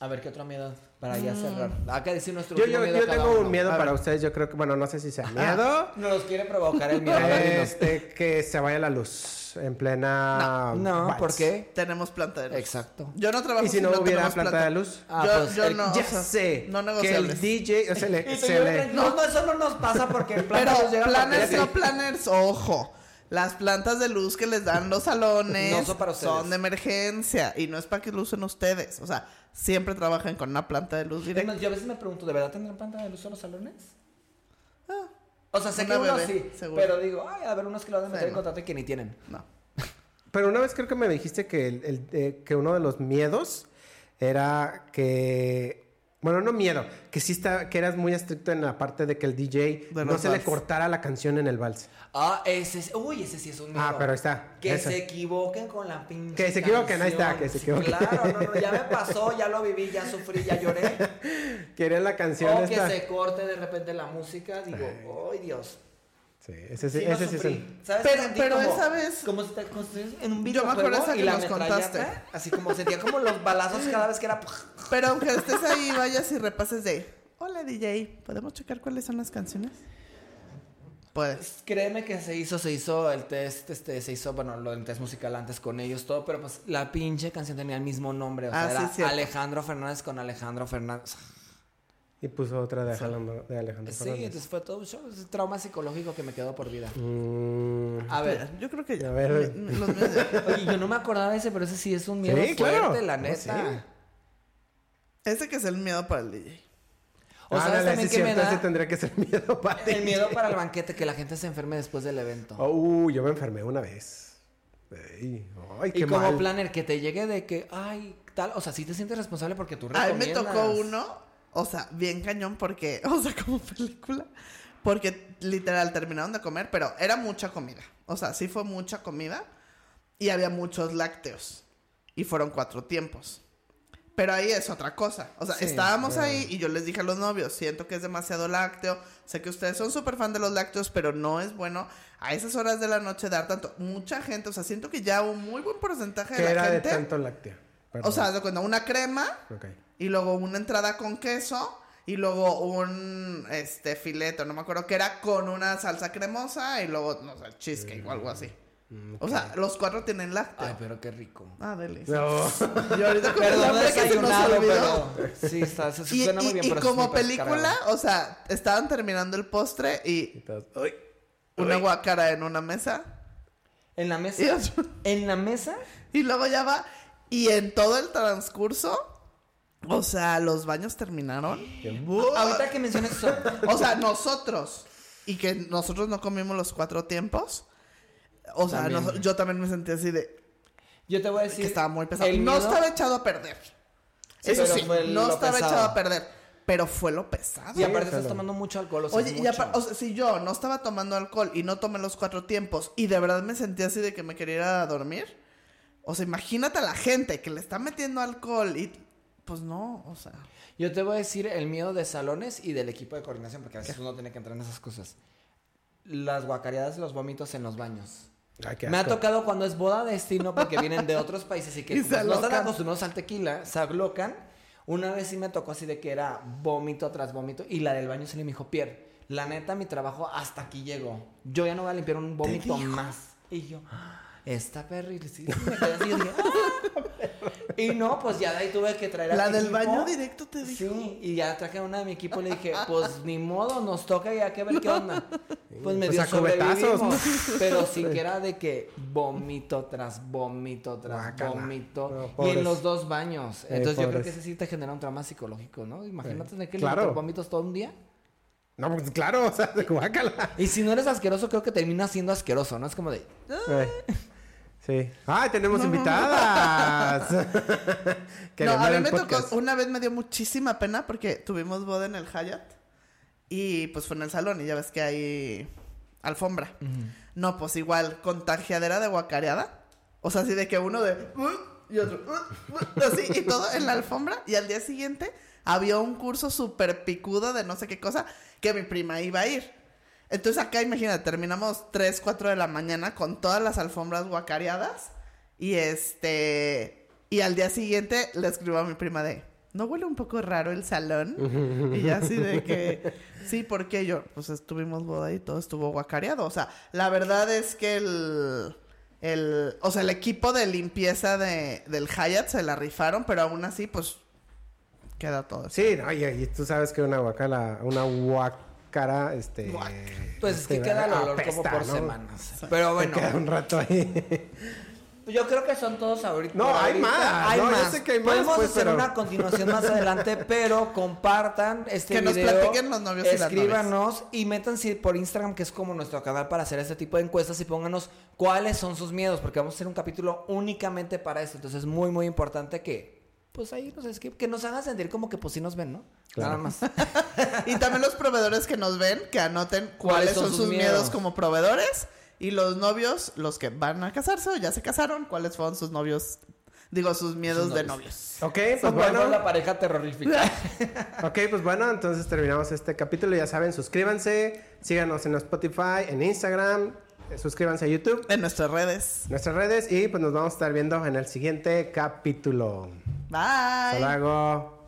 Speaker 3: A ver, ¿qué otro miedo? Para ya cerrar. Acá decir nuestro
Speaker 1: Yo,
Speaker 3: último
Speaker 1: yo,
Speaker 3: miedo
Speaker 1: yo
Speaker 3: cada
Speaker 1: tengo
Speaker 3: uno.
Speaker 1: un miedo
Speaker 3: A
Speaker 1: para
Speaker 3: ver.
Speaker 1: ustedes, yo creo que, bueno, no sé si sea
Speaker 2: Ah,
Speaker 1: miedo.
Speaker 3: Nos quiere provocar el miedo.
Speaker 1: este, que se vaya la luz en plena.
Speaker 3: no,
Speaker 1: vals.
Speaker 3: ¿por qué?
Speaker 2: Tenemos planta de luz.
Speaker 3: Exacto.
Speaker 2: Yo no trabajo
Speaker 1: ¿Y si
Speaker 2: si
Speaker 1: no hubiera
Speaker 2: tenemos
Speaker 1: planta de luz?
Speaker 3: Ah,
Speaker 2: yo
Speaker 3: pues,
Speaker 2: yo
Speaker 3: el-
Speaker 2: no. o
Speaker 1: ya
Speaker 2: sea,
Speaker 1: sé.
Speaker 2: No
Speaker 1: que el
Speaker 2: negociables.
Speaker 1: DJ o se le. se le-
Speaker 3: No, no, eso no nos pasa porque el plan
Speaker 2: Pero
Speaker 3: nos llega a
Speaker 2: planners,
Speaker 3: partir
Speaker 2: no planners, ojo. Las plantas de luz que les dan los salones
Speaker 3: No son para ustedes.
Speaker 2: de emergencia y no es para que lucen ustedes. O sea, siempre trabajan con una planta de luz
Speaker 3: de- Es
Speaker 2: directa.
Speaker 3: más, Yo a veces me pregunto, ¿de verdad tendrán planta de luz en los salones?
Speaker 2: Ah,
Speaker 3: O sea, sé
Speaker 2: Una
Speaker 3: que unos
Speaker 2: bebé,
Speaker 3: sí,
Speaker 2: seguro.
Speaker 3: pero digo, ay, a ver, unos que lo van a meter
Speaker 2: Sí,
Speaker 3: en
Speaker 2: no.
Speaker 3: contrato y que ni tienen.
Speaker 2: no.
Speaker 1: Pero una vez creo que me dijiste que, el, el- eh, que uno de los miedos era que. Bueno, no miedo, que sí está, que eras muy estricto en la parte de que el DJ
Speaker 2: De
Speaker 1: no
Speaker 2: los
Speaker 1: se le
Speaker 2: vals.
Speaker 1: cortara la canción en el vals.
Speaker 3: Ah, ese es, uy, ese sí es un miedo.
Speaker 1: Ah, pero ahí está,
Speaker 3: Que
Speaker 1: ese.
Speaker 3: se equivoquen con la pinche
Speaker 1: Que se equivoquen, ahí está,
Speaker 3: canción.
Speaker 1: que se equivoquen.
Speaker 3: Claro, no, no, ya me pasó, ya lo viví, ya sufrí, ya lloré.
Speaker 1: Quería la canción
Speaker 3: O Oh, que
Speaker 1: esta.
Speaker 3: se corte de repente la música, digo, ay Dios.
Speaker 1: Sí, ese sí,
Speaker 3: sí lo
Speaker 1: ese sí es
Speaker 3: sufrí.
Speaker 1: el-
Speaker 3: ¿Sabes?
Speaker 2: Pero-
Speaker 3: Sentí
Speaker 2: pero
Speaker 3: como-
Speaker 2: esa vez-
Speaker 3: Como si te construyes en
Speaker 2: Yo
Speaker 3: un
Speaker 2: me
Speaker 3: videojuego
Speaker 2: acuerdo esa
Speaker 3: y
Speaker 2: que
Speaker 3: la
Speaker 2: nos
Speaker 3: metralleta,
Speaker 2: contaste.
Speaker 3: Así como sentía como los balazos cada vez que era. pues,
Speaker 2: Pero aunque estés ahí, vayas y repases de. Hola DJ, ¿podemos checar cuáles son las canciones? Puedes.
Speaker 3: Créeme que se hizo, se hizo el test, este, se hizo, bueno, lo del test musical antes con ellos, todo, pero pues la pinche canción tenía el mismo nombre. O sea,
Speaker 2: Ah, sí,
Speaker 3: era
Speaker 2: cierto.
Speaker 3: Alejandro Fernández con Alejandro Fernández.
Speaker 1: Y puso otra de Alejandro, de Alejandro
Speaker 3: Sí,
Speaker 1: Fernández.
Speaker 3: entonces fue todo un show, es trauma psicológico que me quedó por vida.
Speaker 1: Mm,
Speaker 3: A ver,
Speaker 2: yo creo que ya.
Speaker 1: A ver.
Speaker 2: Mi- mi- los míos ya.
Speaker 3: oye, yo no me acordaba de ese, pero ese sí es un miedo
Speaker 1: Sí,
Speaker 3: fuerte,
Speaker 1: claro.
Speaker 3: la
Speaker 1: No,
Speaker 3: neta.
Speaker 1: sí.
Speaker 2: Ese Este que es el miedo para el DJ.
Speaker 3: O
Speaker 1: ah,
Speaker 3: sabes
Speaker 1: dale,
Speaker 3: también
Speaker 1: sí,
Speaker 3: que me
Speaker 1: cierto,
Speaker 3: da-
Speaker 1: ese tendría que ser miedo para ti.
Speaker 3: El miedo para el banquete, que la gente se enferme después del evento.
Speaker 1: Oh, uh, yo me enfermé una vez. Ey, ay,
Speaker 3: y
Speaker 1: qué
Speaker 3: como
Speaker 1: mal.
Speaker 3: planner, que te llegue de que, ay, tal, o sea, sí te sientes responsable porque tú
Speaker 2: A mí
Speaker 3: recomiendas.
Speaker 2: me tocó uno, o sea, bien cañón porque, o sea, como película, porque literal terminaron de comer, pero era mucha comida, o sea, sí fue mucha comida y había muchos lácteos y fueron cuatro tiempos. Pero ahí es otra cosa. O sea,
Speaker 3: Sí,
Speaker 2: estábamos ahí y yo les dije a los novios, siento que es demasiado lácteo. Sé que ustedes son súper fan de los lácteos, pero no es bueno a esas horas de la noche dar tanto. Mucha gente, o sea, siento que ya un muy buen porcentaje
Speaker 1: Que
Speaker 2: de
Speaker 1: era
Speaker 2: la
Speaker 1: de
Speaker 2: gente.
Speaker 1: tanto lácteo.
Speaker 2: o
Speaker 1: Perdón.
Speaker 2: sea, haz de cuenta, una crema,
Speaker 1: Ok.
Speaker 2: y luego una entrada con queso y luego un este filete, no me acuerdo que era con una salsa cremosa y luego no sé, cheesecake o algo así. O sea, los cuatro tienen lácteo.
Speaker 3: Ay, pero qué rico.
Speaker 2: Ah, delicia.
Speaker 1: No.
Speaker 2: Y ahorita con el
Speaker 3: Perdón,
Speaker 2: hambre que se nos
Speaker 3: desayunado,
Speaker 2: olvidó.
Speaker 3: pero. Sí, está, se
Speaker 2: Y,
Speaker 3: suena muy
Speaker 2: y-
Speaker 3: bien,
Speaker 2: y
Speaker 3: pero sí es
Speaker 2: como
Speaker 3: muy pescado.
Speaker 2: película, o sea, estaban terminando el postre y
Speaker 1: Entonces, ay,
Speaker 2: una guacara en una mesa
Speaker 3: En la mesa.
Speaker 2: Y otro.
Speaker 3: En la mesa.
Speaker 2: y luego ya va y en todo el transcurso, o sea, los baños terminaron.
Speaker 3: Ahorita que mencionas eso.
Speaker 2: O sea, nosotros. Y que nosotros no comimos los cuatro tiempos. O sea,
Speaker 3: También.
Speaker 2: noso- yo también me sentí así de
Speaker 3: Yo te voy a decir.
Speaker 2: que estaba muy pesado.
Speaker 3: el
Speaker 2: No
Speaker 3: miedo-
Speaker 2: estaba echado a perder.
Speaker 3: Sí,
Speaker 2: Eso
Speaker 3: pero
Speaker 2: sí,
Speaker 3: fue
Speaker 2: no
Speaker 3: lo
Speaker 2: estaba
Speaker 3: pesado.
Speaker 2: echado a perder. Pero fue lo pesado.
Speaker 3: Y aparte estás
Speaker 1: claro.
Speaker 3: tomando mucho alcohol. O sea,
Speaker 2: Oye, y
Speaker 3: mucho.
Speaker 2: apar- o sea, si yo no estaba tomando alcohol y no tomé los cuatro tiempos y de verdad me sentí así de que me quería ir a dormir, o sea, imagínate a la gente que le está metiendo alcohol y pues no, o sea.
Speaker 3: Yo te voy a decir el miedo de salones y del equipo de coordinación, porque a veces uno tiene que entrar en esas cosas. Las guacareadas, los vómitos en los baños.
Speaker 1: ay,
Speaker 2: Ah,
Speaker 1: qué
Speaker 3: Me ha
Speaker 1: asco.
Speaker 3: tocado cuando es boda de destino porque vienen de otros países y que
Speaker 2: Y
Speaker 3: pues,
Speaker 2: se
Speaker 3: no están
Speaker 2: alocan.
Speaker 3: acostumbrados al tequila, se aglocan. Una vez sí me tocó así de que era vómito tras vómito y la del baño se le dijo, Pierre, la neta mi trabajo hasta aquí llegó. Yo ya no voy a limpiar un vómito más. Y yo, "Ah, esta perra, y sí, me quedé así, yo dije, "Ah". Y no, pues ya de ahí tuve que traer a
Speaker 2: La
Speaker 3: mi
Speaker 2: del
Speaker 3: equipo.
Speaker 2: baño directo te dijo.
Speaker 3: Sí, y ya traje a una de mi equipo y le dije, pues ni modo, nos toca ya que ver qué onda. Pues me
Speaker 1: O
Speaker 3: dio
Speaker 1: sea, cubetazos, ¿no?
Speaker 3: sobrevivimos, pero sin que era de que vómito tras vómito tras
Speaker 1: Guácala. No,
Speaker 3: vómito. y
Speaker 1: pobres. Eh,
Speaker 3: en los dos baños. Entonces yo creo
Speaker 1: pobres.
Speaker 3: que ese sí te genera un trauma psicológico, ¿no? Imagínate tener que
Speaker 1: Claro.
Speaker 3: limpiar vómitos todo un día.
Speaker 1: No, pues claro, o sea, de guácala.
Speaker 3: Y si no eres asqueroso, creo que terminas siendo asqueroso, ¿no? Es como de...
Speaker 1: Ay, Sí. ¡Ay, tenemos invitadas! Que
Speaker 2: no,
Speaker 1: vengan
Speaker 2: a mí
Speaker 1: al
Speaker 2: me
Speaker 1: podcast.
Speaker 2: tocó, una vez me dio muchísima pena porque tuvimos boda en el Hyatt y pues fue en el salón y ya ves que hay alfombra. No, pues igual, contagiadera de guacareada. O sea, así de que uno de... "Uh", Y otro... "Uh", "Uh", Así, y todo en la alfombra. Y al día siguiente había un curso súper picudo de no sé qué cosa que mi prima iba a ir. Entonces acá, imagínate, terminamos 3, 4 de la mañana con todas las alfombras guacareadas y este... Y al día siguiente le escribo a mi prima de, ¿no huele un poco raro el salón? y ya así de que, sí, porque yo, pues estuvimos boda y todo estuvo guacareado. O sea, la verdad es que el, el o sea, el equipo de limpieza de, del Hyatt se la rifaron, pero aún así, pues, queda todo. así.
Speaker 1: Sí, no, y, y tú sabes que una guacala, una guacara, este...
Speaker 3: Guac. Pues es que
Speaker 1: este,
Speaker 3: queda el olor como
Speaker 1: apesta,
Speaker 3: por
Speaker 1: ¿no?
Speaker 3: semanas. Pero bueno,
Speaker 1: Queda un rato ahí.
Speaker 3: yo creo que son todos ahorita.
Speaker 1: No,
Speaker 3: por
Speaker 1: hay
Speaker 3: ahorita.
Speaker 1: más.
Speaker 3: Hay
Speaker 1: No, yo
Speaker 3: más.
Speaker 1: sé que hay más,
Speaker 3: Podemos
Speaker 1: pues,
Speaker 3: hacer
Speaker 1: pero-
Speaker 3: una continuación más adelante, pero compartan este
Speaker 2: Que nos
Speaker 3: video.
Speaker 2: platiquen los novios y las
Speaker 3: Escríbanos y métanse por Instagram, que es como nuestro canal para hacer este tipo de encuestas y pónganos cuáles son sus miedos, porque vamos a hacer un capítulo únicamente para esto. Entonces es muy, muy importante que... Pues ahí nos escriban, que nos hagan sentir como que pues sí nos ven, ¿no?
Speaker 1: Claro.
Speaker 3: Nada más.
Speaker 2: Y también los proveedores que nos ven, que anoten cuáles son sus miedos?
Speaker 3: miedos?
Speaker 2: como proveedores. Y los novios, los que van a casarse o ya se casaron, cuáles fueron sus novios, digo, sus miedos de novios.
Speaker 1: ok, pues
Speaker 3: Pues bueno,
Speaker 1: bueno.
Speaker 3: la pareja terrorífica.
Speaker 1: Ok, pues bueno, entonces terminamos este capítulo. Ya saben, suscríbanse, síganos en Spotify, en Instagram, eh, suscríbanse a YouTube,
Speaker 2: En nuestras redes.
Speaker 1: nuestras redes y pues nos vamos a estar viendo en el siguiente capítulo.
Speaker 2: Bye.
Speaker 1: Hasta luego.